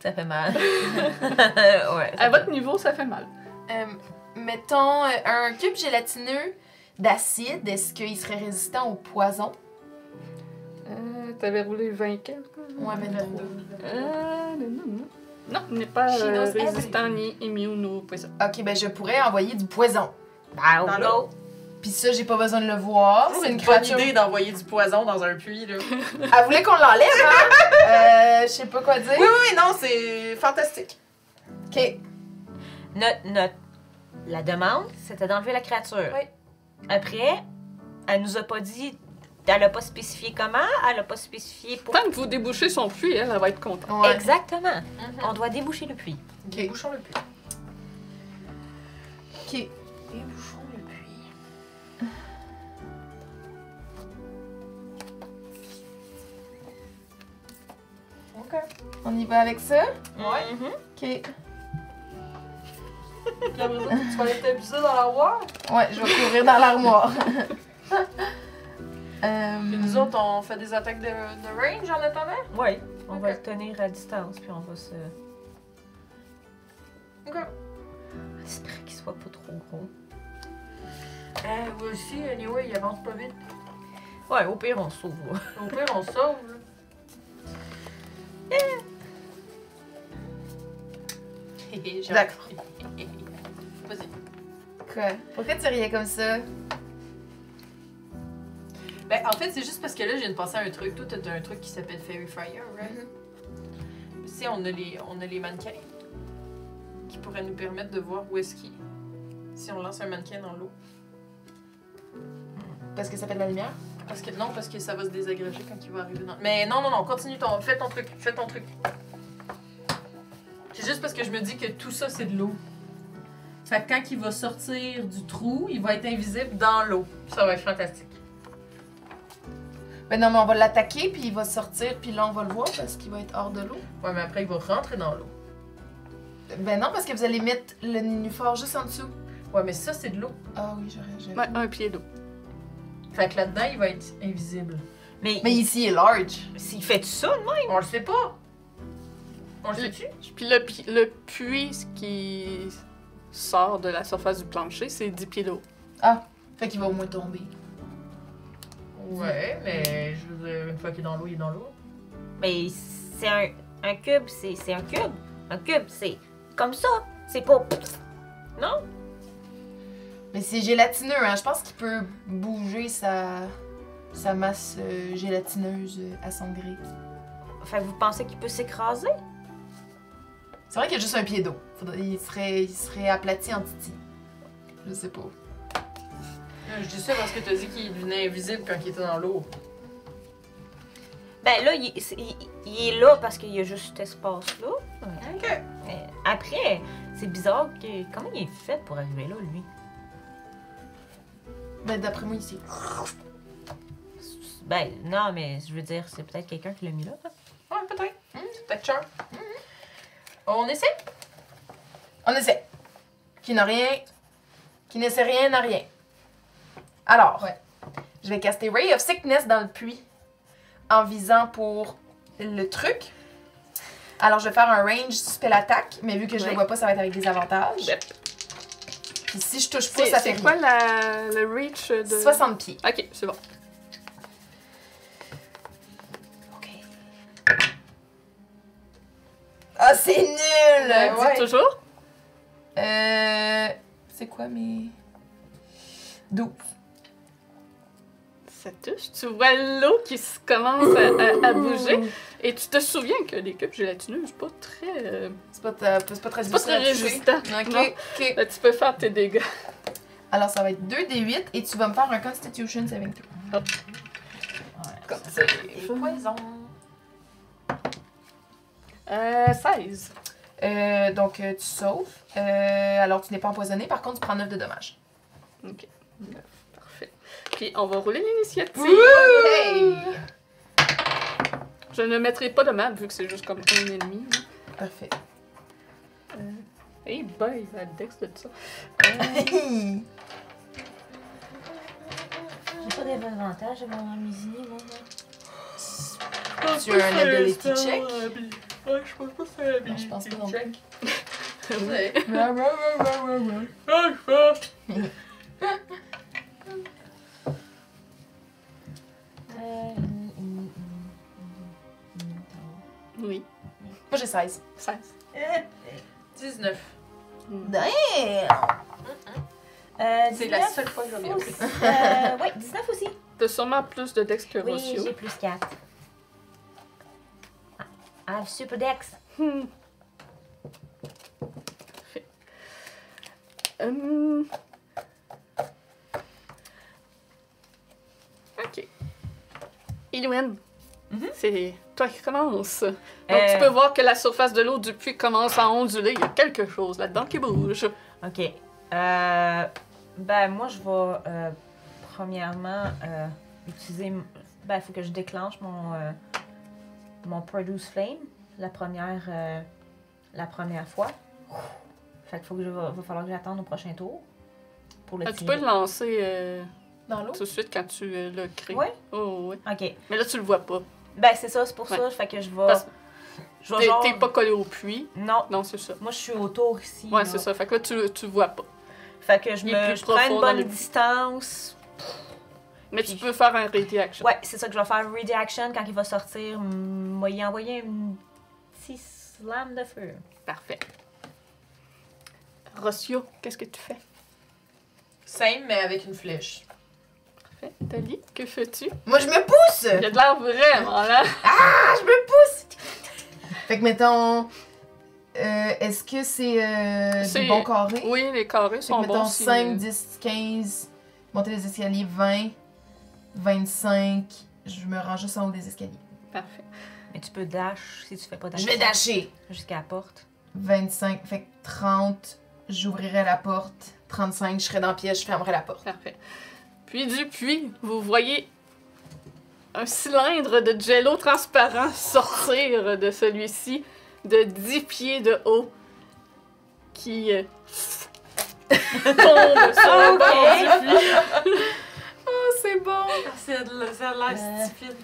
Speaker 4: Ça fait mal. ouais.
Speaker 3: Ah,
Speaker 1: À votre niveau, ça fait mal.
Speaker 2: Hmm. mettons, euh, un cube gélatineux d'acide, est-ce qu'il serait résistant au poison?
Speaker 1: Euh, T'avais roulé 20 quelques?
Speaker 2: Ouais, 23.
Speaker 1: Euh, non, non, non. Non, il n'est pas
Speaker 2: She
Speaker 1: euh,
Speaker 2: knows
Speaker 1: résistant ni immune au poison.
Speaker 2: Ok, ben je pourrais envoyer du poison.
Speaker 4: Bah,
Speaker 3: Dans
Speaker 4: l'eau.
Speaker 2: Puis ça, j'ai pas besoin de le voir.
Speaker 3: Oh,
Speaker 2: Ah,
Speaker 3: C'est
Speaker 2: C'est
Speaker 3: une
Speaker 2: une
Speaker 3: bonne
Speaker 2: créature.
Speaker 3: idée d'envoyer du poison dans un puits, là.
Speaker 2: Elle voulait qu'on l'enlève, hein? Euh, je sais pas quoi dire.
Speaker 3: Oui, oui, non, c'est fantastique.
Speaker 2: Ok.
Speaker 4: Notre, notre- La demande, c'était d'enlever la créature.
Speaker 3: Oui.
Speaker 4: Après, elle nous a pas dit. Elle a pas spécifié comment, elle a pas spécifié pour.
Speaker 1: Tant que vous débouchez son puits, elle, elle va être contente.
Speaker 2: Ouais.
Speaker 4: Exactement.
Speaker 3: Mm-hmm.
Speaker 4: On doit déboucher le puits.
Speaker 2: Ok.
Speaker 3: Bouchons le puits.
Speaker 2: Ok.
Speaker 3: Débouchons le puits. Ok.
Speaker 2: On y va avec ça?
Speaker 3: Ouais.
Speaker 4: Mhm.
Speaker 2: Ok.
Speaker 3: Puis après ça, tu vas aller t'abuser dans l'armoire.
Speaker 2: Ouais, je vais courir dans l'armoire. Euh,
Speaker 3: Puis nous autres, on fait des attaques de, de range en attendant.
Speaker 4: Oui, on va
Speaker 3: Ok.
Speaker 4: le tenir à distance, puis on va se.
Speaker 3: Ok.
Speaker 4: J'espère qu'il soit pas trop gros.
Speaker 3: Eh, vous aussi, anyway, il avance pas vite.
Speaker 4: Ouais, au pire, on s'ouvre.
Speaker 3: Au pire, on sauve. là. Hé, hé, j'ai-
Speaker 2: D'accord.
Speaker 3: Vas-y.
Speaker 2: Quoi? Pourquoi tu riais comme ça?
Speaker 3: Ben, en fait, c'est juste parce que là, je viens de penser à un truc. Toi, t'as un truc qui s'appelle Fairy Fire, right? Tu sais, on a, les, on a les mannequins qui pourraient nous permettre de voir où est-ce qu'il est. Si on lance un mannequin dans l'eau.
Speaker 2: Parce que ça fait de la lumière?
Speaker 3: Parce que non, parce que ça va se désagréger quand il va arriver dans. Mais non, non, non, continue ton. Fais ton truc, fais ton truc. C'est juste parce que je me dis que tout ça, c'est de l'eau. Fait que quand il va sortir du trou, il va être invisible dans l'eau. Ça va être fantastique.
Speaker 2: Ben non, mais on va l'attaquer, puis il va sortir, puis là, on va le voir parce qu'il va être hors de l'eau.
Speaker 3: Ouais, mais après, il va rentrer dans l'eau.
Speaker 2: Ben non, parce que vous allez mettre le nénuphar juste en dessous.
Speaker 3: Ouais, mais ça, c'est de l'eau.
Speaker 2: Ah oui, j'aurais j'aurais-
Speaker 1: Ouais, un pied d'eau.
Speaker 3: Fait que là-dedans, il va être invisible.
Speaker 4: Mais,
Speaker 2: Mais
Speaker 4: il,
Speaker 2: ici, il est large.
Speaker 4: s'il fait tout ça, non?
Speaker 3: On le sait pas. On le sait-tu?
Speaker 1: Puis le, pi- le puits ce qui sort de la surface du plancher, c'est 10 pieds d'eau.
Speaker 2: Fait qu'il va au moins tomber.
Speaker 3: Ouais, mais je veux dire, une fois qu'il est dans l'eau, il est dans l'eau.
Speaker 4: Mais c'est un, un cube, c'est c'est un cube. Un cube, c'est comme ça. C'est pas.
Speaker 2: Mais c'est gélatineux, hein. Je pense qu'il peut bouger sa, sa masse euh, gélatineuse euh, à son gré.
Speaker 4: Fait que vous pensez qu'il peut s'écraser?
Speaker 2: C'est vrai qu'il y a juste un pied d'eau. Faudrait- Il serait, il serait aplati en titi. Je sais pas.
Speaker 3: Euh, Je dis ça parce que t'as dit qu'il devenait invisible quand il était dans l'eau.
Speaker 4: Ben là, il, c'est- il- il est là parce qu'il y a juste cet espace-là.
Speaker 3: Ok.
Speaker 4: Mais après, c'est bizarre que. Comment il est fait pour arriver là, lui?
Speaker 2: Ben d'après moi, ici.
Speaker 4: Ben non, mais je veux dire, c'est peut-être quelqu'un qui l'a mis là.
Speaker 3: Ouais, peut-être. Hmm, c'est peut-être cher. On essaie?
Speaker 2: On essaie. Qui n'a rien. Qui n'essaie rien n'a rien. Alors,
Speaker 3: Ouais.
Speaker 2: je vais caster Ray of Sickness dans le puits en visant pour le truc. Alors, je vais faire un range spell attack, mais vu que je ne
Speaker 1: Ouais.
Speaker 2: le vois pas, ça va être avec des avantages.
Speaker 1: Yep.
Speaker 2: Puis si je touche pas,
Speaker 1: C'est
Speaker 2: ça fait
Speaker 1: c'est quoi
Speaker 2: quoi?
Speaker 1: la, le reach de.
Speaker 2: 60 pieds.
Speaker 1: Ok, c'est bon.
Speaker 2: Ah, c'est nul!
Speaker 3: Ben ouais.
Speaker 1: Dites toujours.
Speaker 2: Euh. C'est quoi mes. 12.
Speaker 1: Ça touche. Tu vois l'eau qui se commence à, à- à bouger. Et tu te souviens que les cubes gélatineux, c'est pas très. euh,
Speaker 2: C'est pas, ta- c'est pas très
Speaker 1: c'est pas très
Speaker 2: difficile
Speaker 1: résistant.
Speaker 2: à toucher.
Speaker 1: Non.
Speaker 2: Ok, ok.
Speaker 1: Là, tu peux faire tes dégâts.
Speaker 2: Alors, ça va être 2d8 et tu vas me faire un Constitution saving throw.
Speaker 1: Comme ça.
Speaker 3: Et poison.
Speaker 1: Euh, 16.
Speaker 2: Euh, donc, euh, tu sauves. Euh, alors, tu n'es pas empoisonné. Par contre, tu prends 9 de dommages.
Speaker 1: Parfait. Puis on va rouler l'initiative.
Speaker 2: Hey!
Speaker 1: Je ne mettrai pas de map vu que c'est juste comme un ennemi. hein.
Speaker 2: Parfait.
Speaker 1: Eh ben, il a le dex de ça.
Speaker 5: J'ai pas d'avantage à mon musini, moi.
Speaker 2: tu as un ability check.
Speaker 3: Ouais, je pense pas que c'est un
Speaker 2: Non, je pense
Speaker 3: ability
Speaker 2: pas non
Speaker 3: check.
Speaker 1: Ah, je pense.
Speaker 4: Euh,
Speaker 1: Oui,
Speaker 2: Moi, j'ai 16.
Speaker 1: 16.
Speaker 3: 19.
Speaker 4: euh,
Speaker 3: C'est la seule fois que j'en ai appris.
Speaker 4: Euh, ouais, 19 aussi.
Speaker 1: T'as sûrement plus de dex que
Speaker 4: Oui,
Speaker 1: Rossio.
Speaker 4: j'ai plus 4. Ah, ah, super dex.
Speaker 1: Hmm. Parfait. Hum. Ok. Ilouane, c'est toi qui commence. Donc tu
Speaker 4: Euh.
Speaker 1: peux voir que la surface de l'eau du puits commence à onduler. Il y a quelque chose là-dedans qui bouge.
Speaker 4: Ok. Euh, ben, moi, je vais euh, premièrement euh, utiliser. m- Ben, il faut que je déclenche mon, euh, mon Produce Flame la première, euh, la première fois. Fait qu'il faut que je va, va falloir que j'attende au prochain tour pour le
Speaker 1: Ah, tu
Speaker 4: tirer.
Speaker 1: peux le lancer euh,
Speaker 2: Dans l'eau?
Speaker 1: tout de suite quand tu euh, le crées.
Speaker 4: Ouais.
Speaker 1: Oh, ouais.
Speaker 4: Ok.
Speaker 1: Mais là, tu le vois pas.
Speaker 4: Ben, c'est ça, c'est pour
Speaker 1: Ouais.
Speaker 4: ça. Fait que je vais.
Speaker 1: Parce que
Speaker 4: Je vais
Speaker 1: t'es
Speaker 4: genre-
Speaker 1: t'es pas collé au puits.
Speaker 4: Non,
Speaker 1: Non, c'est ça.
Speaker 4: moi, je suis autour ici.
Speaker 1: Ouais,
Speaker 4: là.
Speaker 1: c'est ça. Fait que là, tu, tu vois pas.
Speaker 4: Fait que je,
Speaker 1: Il est
Speaker 4: me,
Speaker 1: plus
Speaker 4: je prends
Speaker 1: profond
Speaker 4: une
Speaker 1: dans
Speaker 4: bonne
Speaker 1: le-
Speaker 4: distance.
Speaker 1: Mais tu peux faire un ready action.
Speaker 4: Ouais, c'est ça que je vais faire Ready Action quand il va sortir. mm, Moi, y envoyer un petit slam de feu.
Speaker 1: Parfait. Rossio, qu'est-ce que tu fais?
Speaker 3: Same, mais avec une flèche.
Speaker 1: Parfait. Tali, que fais-tu?
Speaker 2: Moi, je me pousse!
Speaker 1: Il y a de l'air vraiment là.
Speaker 2: Ah, je me pousse! Fait que, mettons. euh, Est-ce que c'est euh,
Speaker 1: C'est-
Speaker 2: du bon carré?
Speaker 1: Oui, les carrés
Speaker 2: Fait que,
Speaker 1: sont
Speaker 2: mettons,
Speaker 1: bons. si-
Speaker 2: 5, 10, 15, monter les escaliers, 20, 25. Je me range juste en haut des escaliers.
Speaker 1: Parfait.
Speaker 4: Mais tu peux dash si tu fais pas dash.
Speaker 2: Je vais dasher!
Speaker 4: Jusqu'à la porte.
Speaker 2: 25, fait que 30, j'ouvrirai la porte. 35, je serai dans le piège, je fermerai la porte.
Speaker 1: Parfait. Puis du puits, vous voyez un cylindre de jello transparent sortir de celui-ci de 10 pieds de haut qui euh, tombe
Speaker 4: Oh,
Speaker 1: sur le bord du puits.
Speaker 2: c'est bon!
Speaker 3: Ah, C'est de la- ça a l'air
Speaker 5: Euh.
Speaker 3: stupide.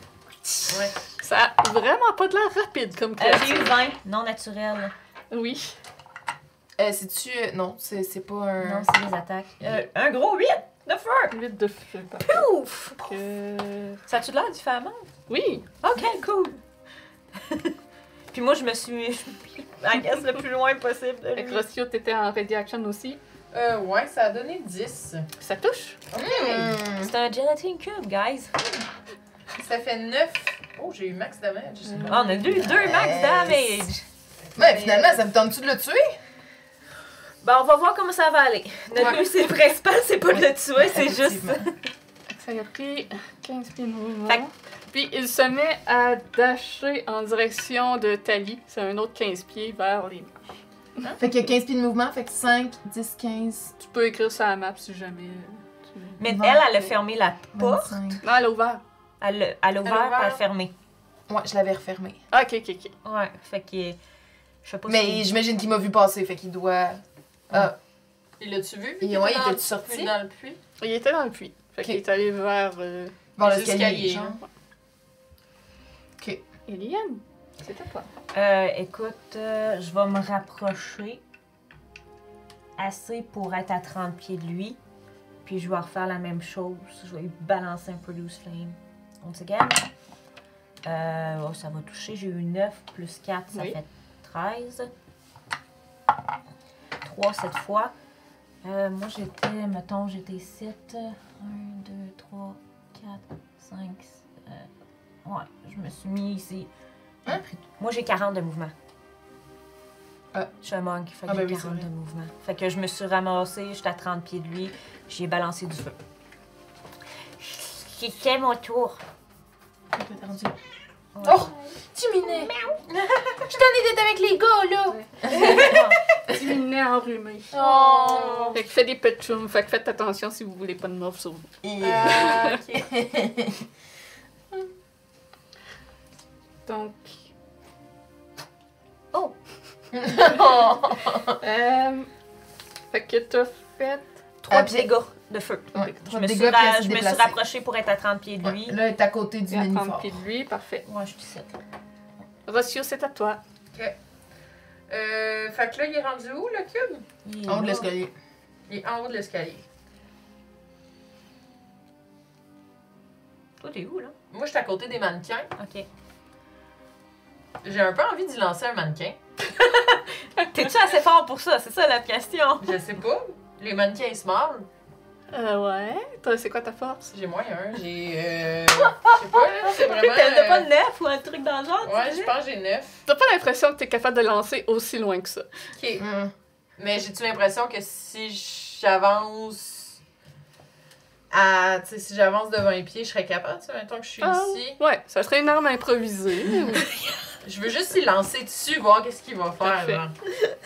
Speaker 1: Ça a vraiment pas de l'air rapide comme
Speaker 4: Euh,
Speaker 1: créature.
Speaker 4: J'ai eu 20, non naturel.
Speaker 1: Oui.
Speaker 2: Euh, c'est-tu. euh, Non, c'est c'est pas un.
Speaker 5: Non, c'est des attaques.
Speaker 6: Euh, un gros 8 de feu!
Speaker 1: 8 de feu. par
Speaker 6: Ouf!
Speaker 1: contre. Euh,
Speaker 6: Ça a-tu de l'air différemment?
Speaker 1: Oui.
Speaker 6: Ok, cool!
Speaker 4: Puis moi, je me suis.
Speaker 6: I guess le plus loin possible de
Speaker 1: Fait que
Speaker 6: lui.
Speaker 1: Rossio, t'étais en ready action aussi.
Speaker 3: Euh, ouais, ça a donné 10.
Speaker 1: Ça touche.
Speaker 2: Hmm,
Speaker 4: C'est un gelatin cube, guys.
Speaker 2: Ça fait 9.
Speaker 3: Oh, j'ai eu max damage. je sais
Speaker 2: Hmm.
Speaker 3: pas.
Speaker 4: Ah, on a eu deux max
Speaker 2: Nice.
Speaker 4: damage.
Speaker 2: Ouais, finalement, ça me tente-tu de le tuer?
Speaker 4: Bon, Ben, on va voir comment ça va aller. Notre
Speaker 1: Ouais.
Speaker 4: but, c'est principal, c'est pas de le tuer, c'est juste.
Speaker 2: Effectivement.
Speaker 1: Ça a pris 15 pieds de
Speaker 4: Fait
Speaker 1: mouvement. Puis il se met à dasher en direction de Tali. C'est un autre 15 pieds vers les.
Speaker 2: Fait qu'il y a 15 pieds de mouvement, fait que 5, 10, 15,
Speaker 1: Tu peux écrire ça à la map si jamais. euh, tu veux.
Speaker 4: Mais
Speaker 2: Non.
Speaker 4: elle, elle a fermé la porte.
Speaker 2: 25.
Speaker 1: Non, elle a ouvert.
Speaker 4: Elle l'a- elle l'a ouvert, puis elle a
Speaker 3: ouvert.
Speaker 4: fermé.
Speaker 2: Ouais, je l'avais refermé.
Speaker 1: Ah, ok, ok, ok.
Speaker 4: Ouais, fait que. Je sais pas
Speaker 2: Mais
Speaker 4: si.
Speaker 2: j'imagine qu'il m'a vu passer, fait qu'il doit.
Speaker 3: Il l'a-tu vu?
Speaker 2: Et ouais, il
Speaker 3: dans le
Speaker 2: était-tu sorti?
Speaker 3: puits, dans le puits?
Speaker 1: Il était dans le puits. Fait
Speaker 2: Ok.
Speaker 1: qu'il est allé vers. euh,
Speaker 2: voir
Speaker 3: Les
Speaker 2: l'escalier.
Speaker 3: escaliers,
Speaker 2: genre.
Speaker 3: hein.
Speaker 1: Eliane. C'était toi.
Speaker 4: Euh, écoute, euh, je vais me rapprocher assez pour être à 30 pieds de lui. Puis je vais refaire la même chose. Je vais lui balancer un peu Loose Flame. On se gagne. Euh, oh, ça va toucher. J'ai eu 9 plus 4, ça
Speaker 1: Oui.
Speaker 4: fait 13. 3 cette fois.
Speaker 5: Euh, moi, j'étais, mettons, j'étais 7. 1, 2, 3, 4, 5.
Speaker 4: euh, Ouais, je me suis mis ici.
Speaker 2: Hein?
Speaker 4: Après- Moi, j'ai 40 de mouvement.
Speaker 2: Ah.
Speaker 4: Je suis un monk, fait que
Speaker 2: Ah, ben oui,
Speaker 4: j'ai
Speaker 2: c'est
Speaker 4: 40
Speaker 2: vrai.
Speaker 4: de mouvement. Fait que je me suis ramassée, j'étais à 30 pieds de lui, j'ai balancé du feu. C'était mon tour.
Speaker 2: Oh! Tu minais! Je t'en ai d'être avec les gars, là!
Speaker 1: Tu venais enrhumé.
Speaker 3: Oh!
Speaker 1: Fait que fais des petchums. Fait que faites attention si vous voulez pas de morve sur vous.
Speaker 3: Ah, ok.
Speaker 1: Donc.
Speaker 4: Oh.
Speaker 1: Oh! euh, fait que t'as fait.
Speaker 4: 3
Speaker 2: Après-
Speaker 4: dégâts de feu.
Speaker 2: Ouais,
Speaker 4: Je
Speaker 2: trois
Speaker 4: me, suis,
Speaker 2: dégâts, puis elle
Speaker 4: ra-
Speaker 2: s'est
Speaker 4: je me suis
Speaker 2: déplacée.
Speaker 4: rapprochée pour être à 30 pieds de lui.
Speaker 2: Ouais, Là, elle est à côté du
Speaker 1: Il attend
Speaker 2: minifort.
Speaker 1: pied de lui. Parfait.
Speaker 4: Moi, je suis sept.
Speaker 1: Rossio, c'est à toi.
Speaker 3: Euh, fait que là, il est rendu où, le cube?
Speaker 4: Il est
Speaker 2: En haut de
Speaker 4: là.
Speaker 2: l'escalier.
Speaker 3: Il est en haut de l'escalier.
Speaker 4: Toi, t'es où, là?
Speaker 3: Moi, je suis à côté des mannequins.
Speaker 4: Ok.
Speaker 3: J'ai un peu envie d'y lancer un mannequin.
Speaker 4: T'es-tu assez fort pour ça? C'est ça la question.
Speaker 3: Je sais pas. Les mannequins, ils se marrent.
Speaker 1: Euh, ouais. Toi, c'est quoi ta force?
Speaker 3: J'ai moyen. J'ai. Euh... Je sais pas, là. C'est vraiment.
Speaker 4: T'as t'as pas de
Speaker 3: euh,
Speaker 4: neuf ou un truc dans le genre? tu
Speaker 3: Ouais,
Speaker 4: disais?
Speaker 3: je pense que j'ai 9.
Speaker 1: T'as pas l'impression que t'es capable de lancer aussi loin que ça.
Speaker 3: Ok.
Speaker 2: Hum.
Speaker 3: Mais j'ai-tu l'impression que si j'avance. À, tu sais, si j'avance de 20 pieds, je serais capable, tu sais, maintenant que je suis
Speaker 1: Ah,
Speaker 3: ici.
Speaker 1: Ouais, ça serait une arme improvisée.
Speaker 3: Je veux juste y lancer dessus, voir qu'est-ce qu'il va faire.
Speaker 1: Parfait.
Speaker 3: genre.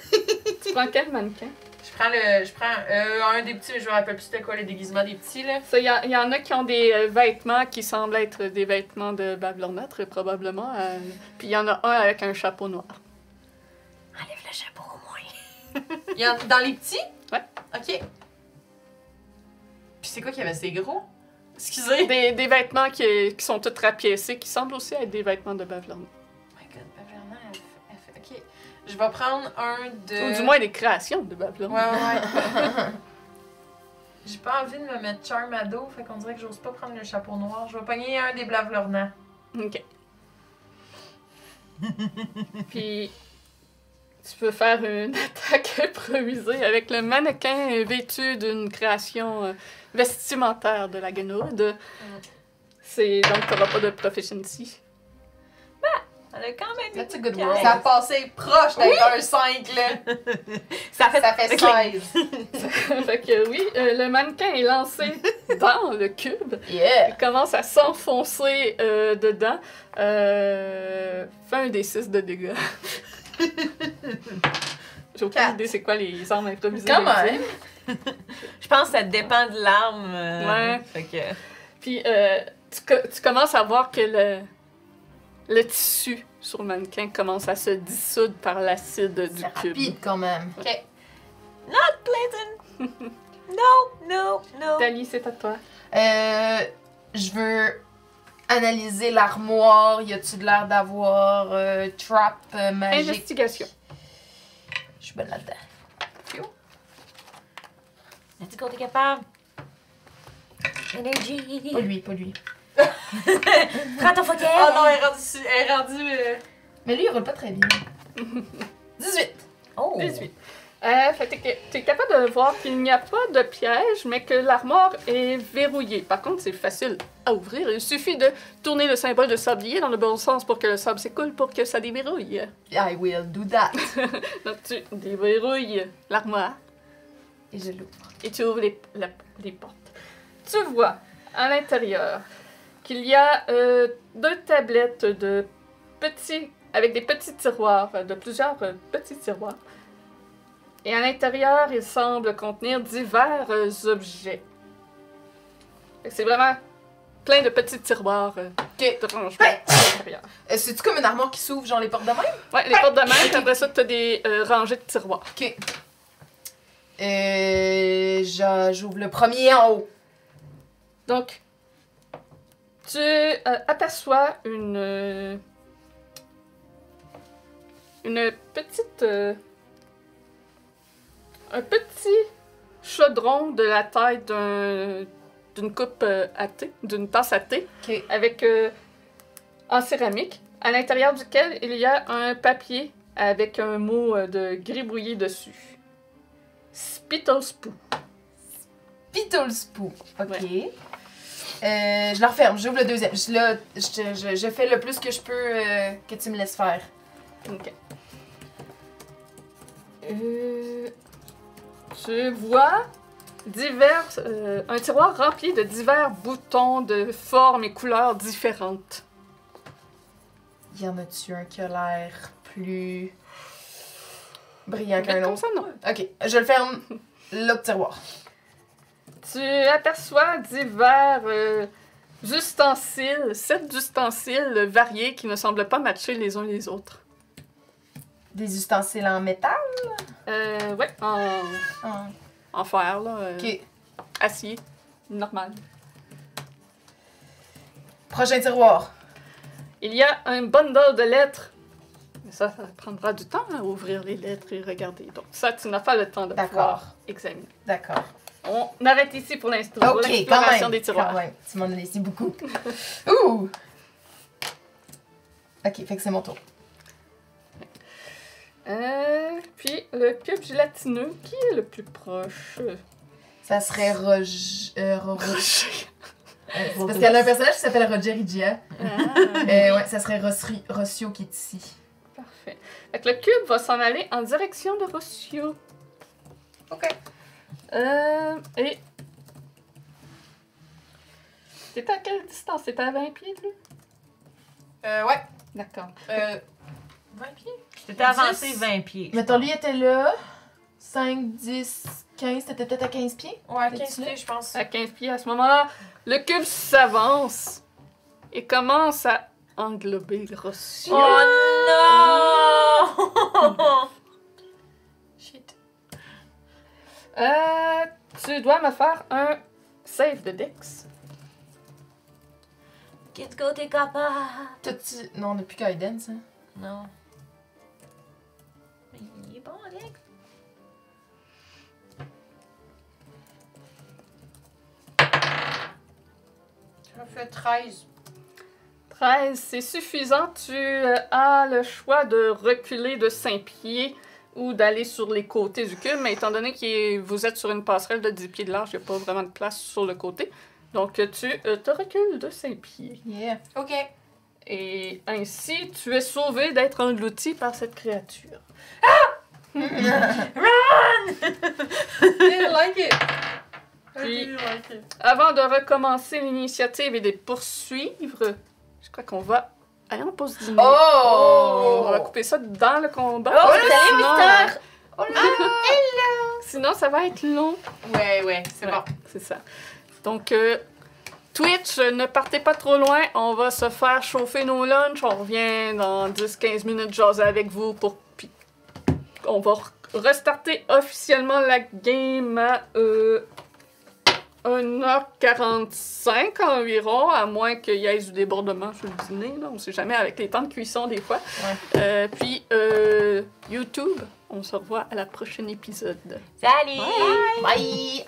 Speaker 1: tu prends quel mannequin?
Speaker 3: Je prends le. Je prends euh, un des petits, mais je me rappelle plus c'était quoi les déguisements des petits là.
Speaker 1: Il y, en a qui ont des euh, vêtements qui semblent être des vêtements de Bablorna, très probablement. euh, puis il y en a un avec un chapeau noir.
Speaker 4: Enlève le chapeau au moins.
Speaker 3: Il y en- dans les petits?
Speaker 1: Ouais.
Speaker 3: OK. Puis c'est quoi qu'il y avait? C'est gros? Excusez.
Speaker 1: Des, des vêtements qui, qui sont tous rapiécés, qui semblent aussi être des vêtements de Bablorna.
Speaker 3: Oh my god, ben vraiment, elle fait- elle fait- OK. Je vais prendre un de.
Speaker 1: Ou du moins des créations de
Speaker 3: Ouais,
Speaker 1: Bablorna.
Speaker 3: ouais, ouais. J'ai pas envie de me mettre charm à dos, fait qu'on dirait que j'ose pas prendre le chapeau noir. Je vais pogner un des blavlornans.
Speaker 1: Ok. puis tu peux faire une attaque improvisée avec le mannequin vêtu d'une création euh, vestimentaire de la guenoude. C'est donc t'auras pas de proficiency.
Speaker 4: Elle a quand même
Speaker 2: That's a good
Speaker 4: Ça-
Speaker 2: roll.
Speaker 3: Ça a passé proche d'être un 5, là.
Speaker 4: Ça fait
Speaker 2: Ça fait 16.
Speaker 1: fait que oui, euh, le mannequin est lancé dans le cube.
Speaker 2: Yeah!
Speaker 1: Il commence à s'enfoncer euh, dedans. Euh, fais un des 6 de dégâts. J'ai aucune
Speaker 2: Quatre.
Speaker 1: idée c'est quoi les armes improvisées.
Speaker 2: Quand
Speaker 1: les
Speaker 2: même.
Speaker 4: Je pense que ça dépend de l'arme. euh,
Speaker 1: Ouais.
Speaker 4: Fait que.
Speaker 1: Puis euh, tu, co- tu commences à voir que le, le tissu sur le mannequin commence à se dissoudre par l'acide du
Speaker 2: C'est
Speaker 1: cube.
Speaker 2: rapide quand même.
Speaker 3: Ok.
Speaker 4: No, no.
Speaker 1: Dali, c'est à toi.
Speaker 2: Euh, je veux analyser l'armoire. Y a-tu de l'air d'avoir euh, trap euh, magique?
Speaker 1: Investigation.
Speaker 2: Je suis bonne là-dedans.
Speaker 5: As-tu qu'on est capable? Energy!
Speaker 2: Pas lui, pas lui.
Speaker 5: Prends ton focus!
Speaker 3: Oh non, elle est rendue. su- Elle est rendue euh,
Speaker 2: Mais lui, il roule pas très bien. 18.
Speaker 5: Oh!
Speaker 1: 18. Euh, fait que t'es- t'es capable de voir qu'il n'y a pas de piège, mais que l'armoire est verrouillée. Par contre, c'est facile à ouvrir. Il suffit de tourner le symbole de sablier dans le bon sens pour que le sable s'écoule pour que ça déverrouille.
Speaker 2: I will do that.
Speaker 1: Donc tu déverrouilles l'armoire
Speaker 2: Et je l'ouvre.
Speaker 1: et tu ouvres les, la- les portes. Tu vois à l'intérieur qu'il y a euh, deux tablettes de petits avec des petits tiroirs, euh, de plusieurs euh, petits tiroirs. Et à l'intérieur, il semble contenir divers euh, objets. Fait que C'est vraiment plein de petits tiroirs euh,
Speaker 2: Ok.
Speaker 1: de rangement à l'intérieur.
Speaker 2: Euh, C'est-tu comme une armoire qui s'ouvre, genre les portes de même?
Speaker 1: Ouais, les portes de même, puis après ça, tu as des euh, rangées de tiroirs.
Speaker 2: Euh, j'a- J'ouvre le premier en haut.
Speaker 1: Donc, tu euh, aperçois une euh, une petite euh, un petit chaudron de la taille d'un d'une coupe euh, à thé, d'une tasse à thé,
Speaker 2: Ok.
Speaker 1: avec euh, en céramique, à l'intérieur duquel il y a un papier avec un mot euh, de gribouillé dessus. Spittlespoo.
Speaker 2: Spoo. Ok. Euh, je le referme, j'ouvre le deuxième. Je, le- je, je- je fais le plus que je peux euh, que tu me laisses faire.
Speaker 1: Ok. Euh, tu vois divers, euh, un tiroir rempli de divers boutons de formes et couleurs différentes.
Speaker 2: Y en a-tu un qui a l'air plus brillant
Speaker 1: Mais
Speaker 2: qu'un
Speaker 1: comme
Speaker 2: autre?
Speaker 1: ça, non.
Speaker 2: Ok, je le ferme. L'autre tiroir.
Speaker 1: Tu aperçois divers euh, ustensiles, sept ustensiles variés qui ne semblent pas matcher les uns les autres.
Speaker 2: Des ustensiles en métal?
Speaker 1: Euh, ouais, en,
Speaker 2: Ah,
Speaker 1: en fer, là. euh,
Speaker 2: Ok.
Speaker 1: Acier, normal.
Speaker 2: Prochain tiroir.
Speaker 1: Il y a un bundle de lettres. Mais ça, ça prendra du temps à ouvrir les lettres et regarder. Donc ça, tu n'as pas le temps de
Speaker 2: D'accord.
Speaker 1: pouvoir examiner.
Speaker 2: D'accord.
Speaker 1: On arrête ici pour l'instant. pour
Speaker 2: Ok, quand
Speaker 1: l'exploration
Speaker 2: même.
Speaker 1: des tiroirs.
Speaker 2: Quand même. Tu m'en as laissé beaucoup. Ouh! Ok, fait que c'est mon tour.
Speaker 1: Euh, puis le cube gélatineux, qui est le plus proche?
Speaker 2: Ça serait Roger. euh, Ro- Ro-
Speaker 1: Rocher.
Speaker 2: Euh, c'est parce qu'elle a un personnage qui s'appelle Roger Idia.
Speaker 1: Ah,
Speaker 2: Euh, ouais, ça serait Rosri- Rossio qui est ici.
Speaker 1: Parfait. Fait que le cube va s'en aller en direction de Rossio.
Speaker 2: Ok.
Speaker 1: Euh, et... T'étais à quelle distance? T'étais à 20 pieds, lui?
Speaker 2: Euh, ouais.
Speaker 1: D'accord.
Speaker 2: Euh,
Speaker 3: 20 pieds.
Speaker 4: T'étais avancé 20 pieds.
Speaker 2: mettons, lui était là. 5, 10, 15. T'étais peut-être à 15 pieds?
Speaker 3: Ouais,
Speaker 2: T'es-tu
Speaker 3: 15
Speaker 2: là?
Speaker 3: pieds, je pense.
Speaker 1: à 15 pieds. À ce moment-là, le cube s'avance et commence à englober le Rossio.
Speaker 4: Oh non!
Speaker 3: Shit.
Speaker 1: Euh, tu dois me faire un save de Dex.
Speaker 5: Get go, t'es capable!
Speaker 2: T'as-tu. Non, on n'a plus Kaiden, ça.
Speaker 4: non. Mais il est bon, Alex.
Speaker 3: Ça fait 13.
Speaker 1: 13, c'est suffisant. Tu euh, as le choix de reculer de 5 pieds ou d'aller sur les côtés du cube, mais étant donné que vous êtes sur une passerelle de 10 pieds de large, il n'y a pas vraiment de place sur le côté. Donc, euh, tu euh, te recules de 5 pieds.
Speaker 2: Yeah.
Speaker 3: Ok.
Speaker 1: Et ainsi, tu es sauvé d'être englouti par cette créature.
Speaker 3: I like it. I
Speaker 1: Puis-
Speaker 3: do like it.
Speaker 1: Avant de recommencer l'initiative et de poursuivre, je crois qu'on va aller en pause dîner.
Speaker 2: Oh!
Speaker 1: On va couper ça dans le combat.
Speaker 2: Oh,
Speaker 1: parce que
Speaker 2: vous allez,
Speaker 1: sinon, euh, oh
Speaker 2: Mister?
Speaker 1: sinon, ça va être long.
Speaker 2: Ouais, ouais, c'est
Speaker 1: Ouais,
Speaker 2: bon.
Speaker 1: C'est ça. Donc, euh, Twitch, euh, ne partez pas trop loin. On va se faire chauffer nos lunchs. On revient dans 10-15 minutes jaser avec vous pour... Puis on va re- restarter officiellement la game à euh, 1h45 environ, à moins qu'il y ait du débordement sur le dîner. Là. On sait jamais avec les temps de cuisson des fois. Euh, puis euh, YouTube, on se revoit à la prochaine épisode.
Speaker 4: Salut!
Speaker 2: Bye!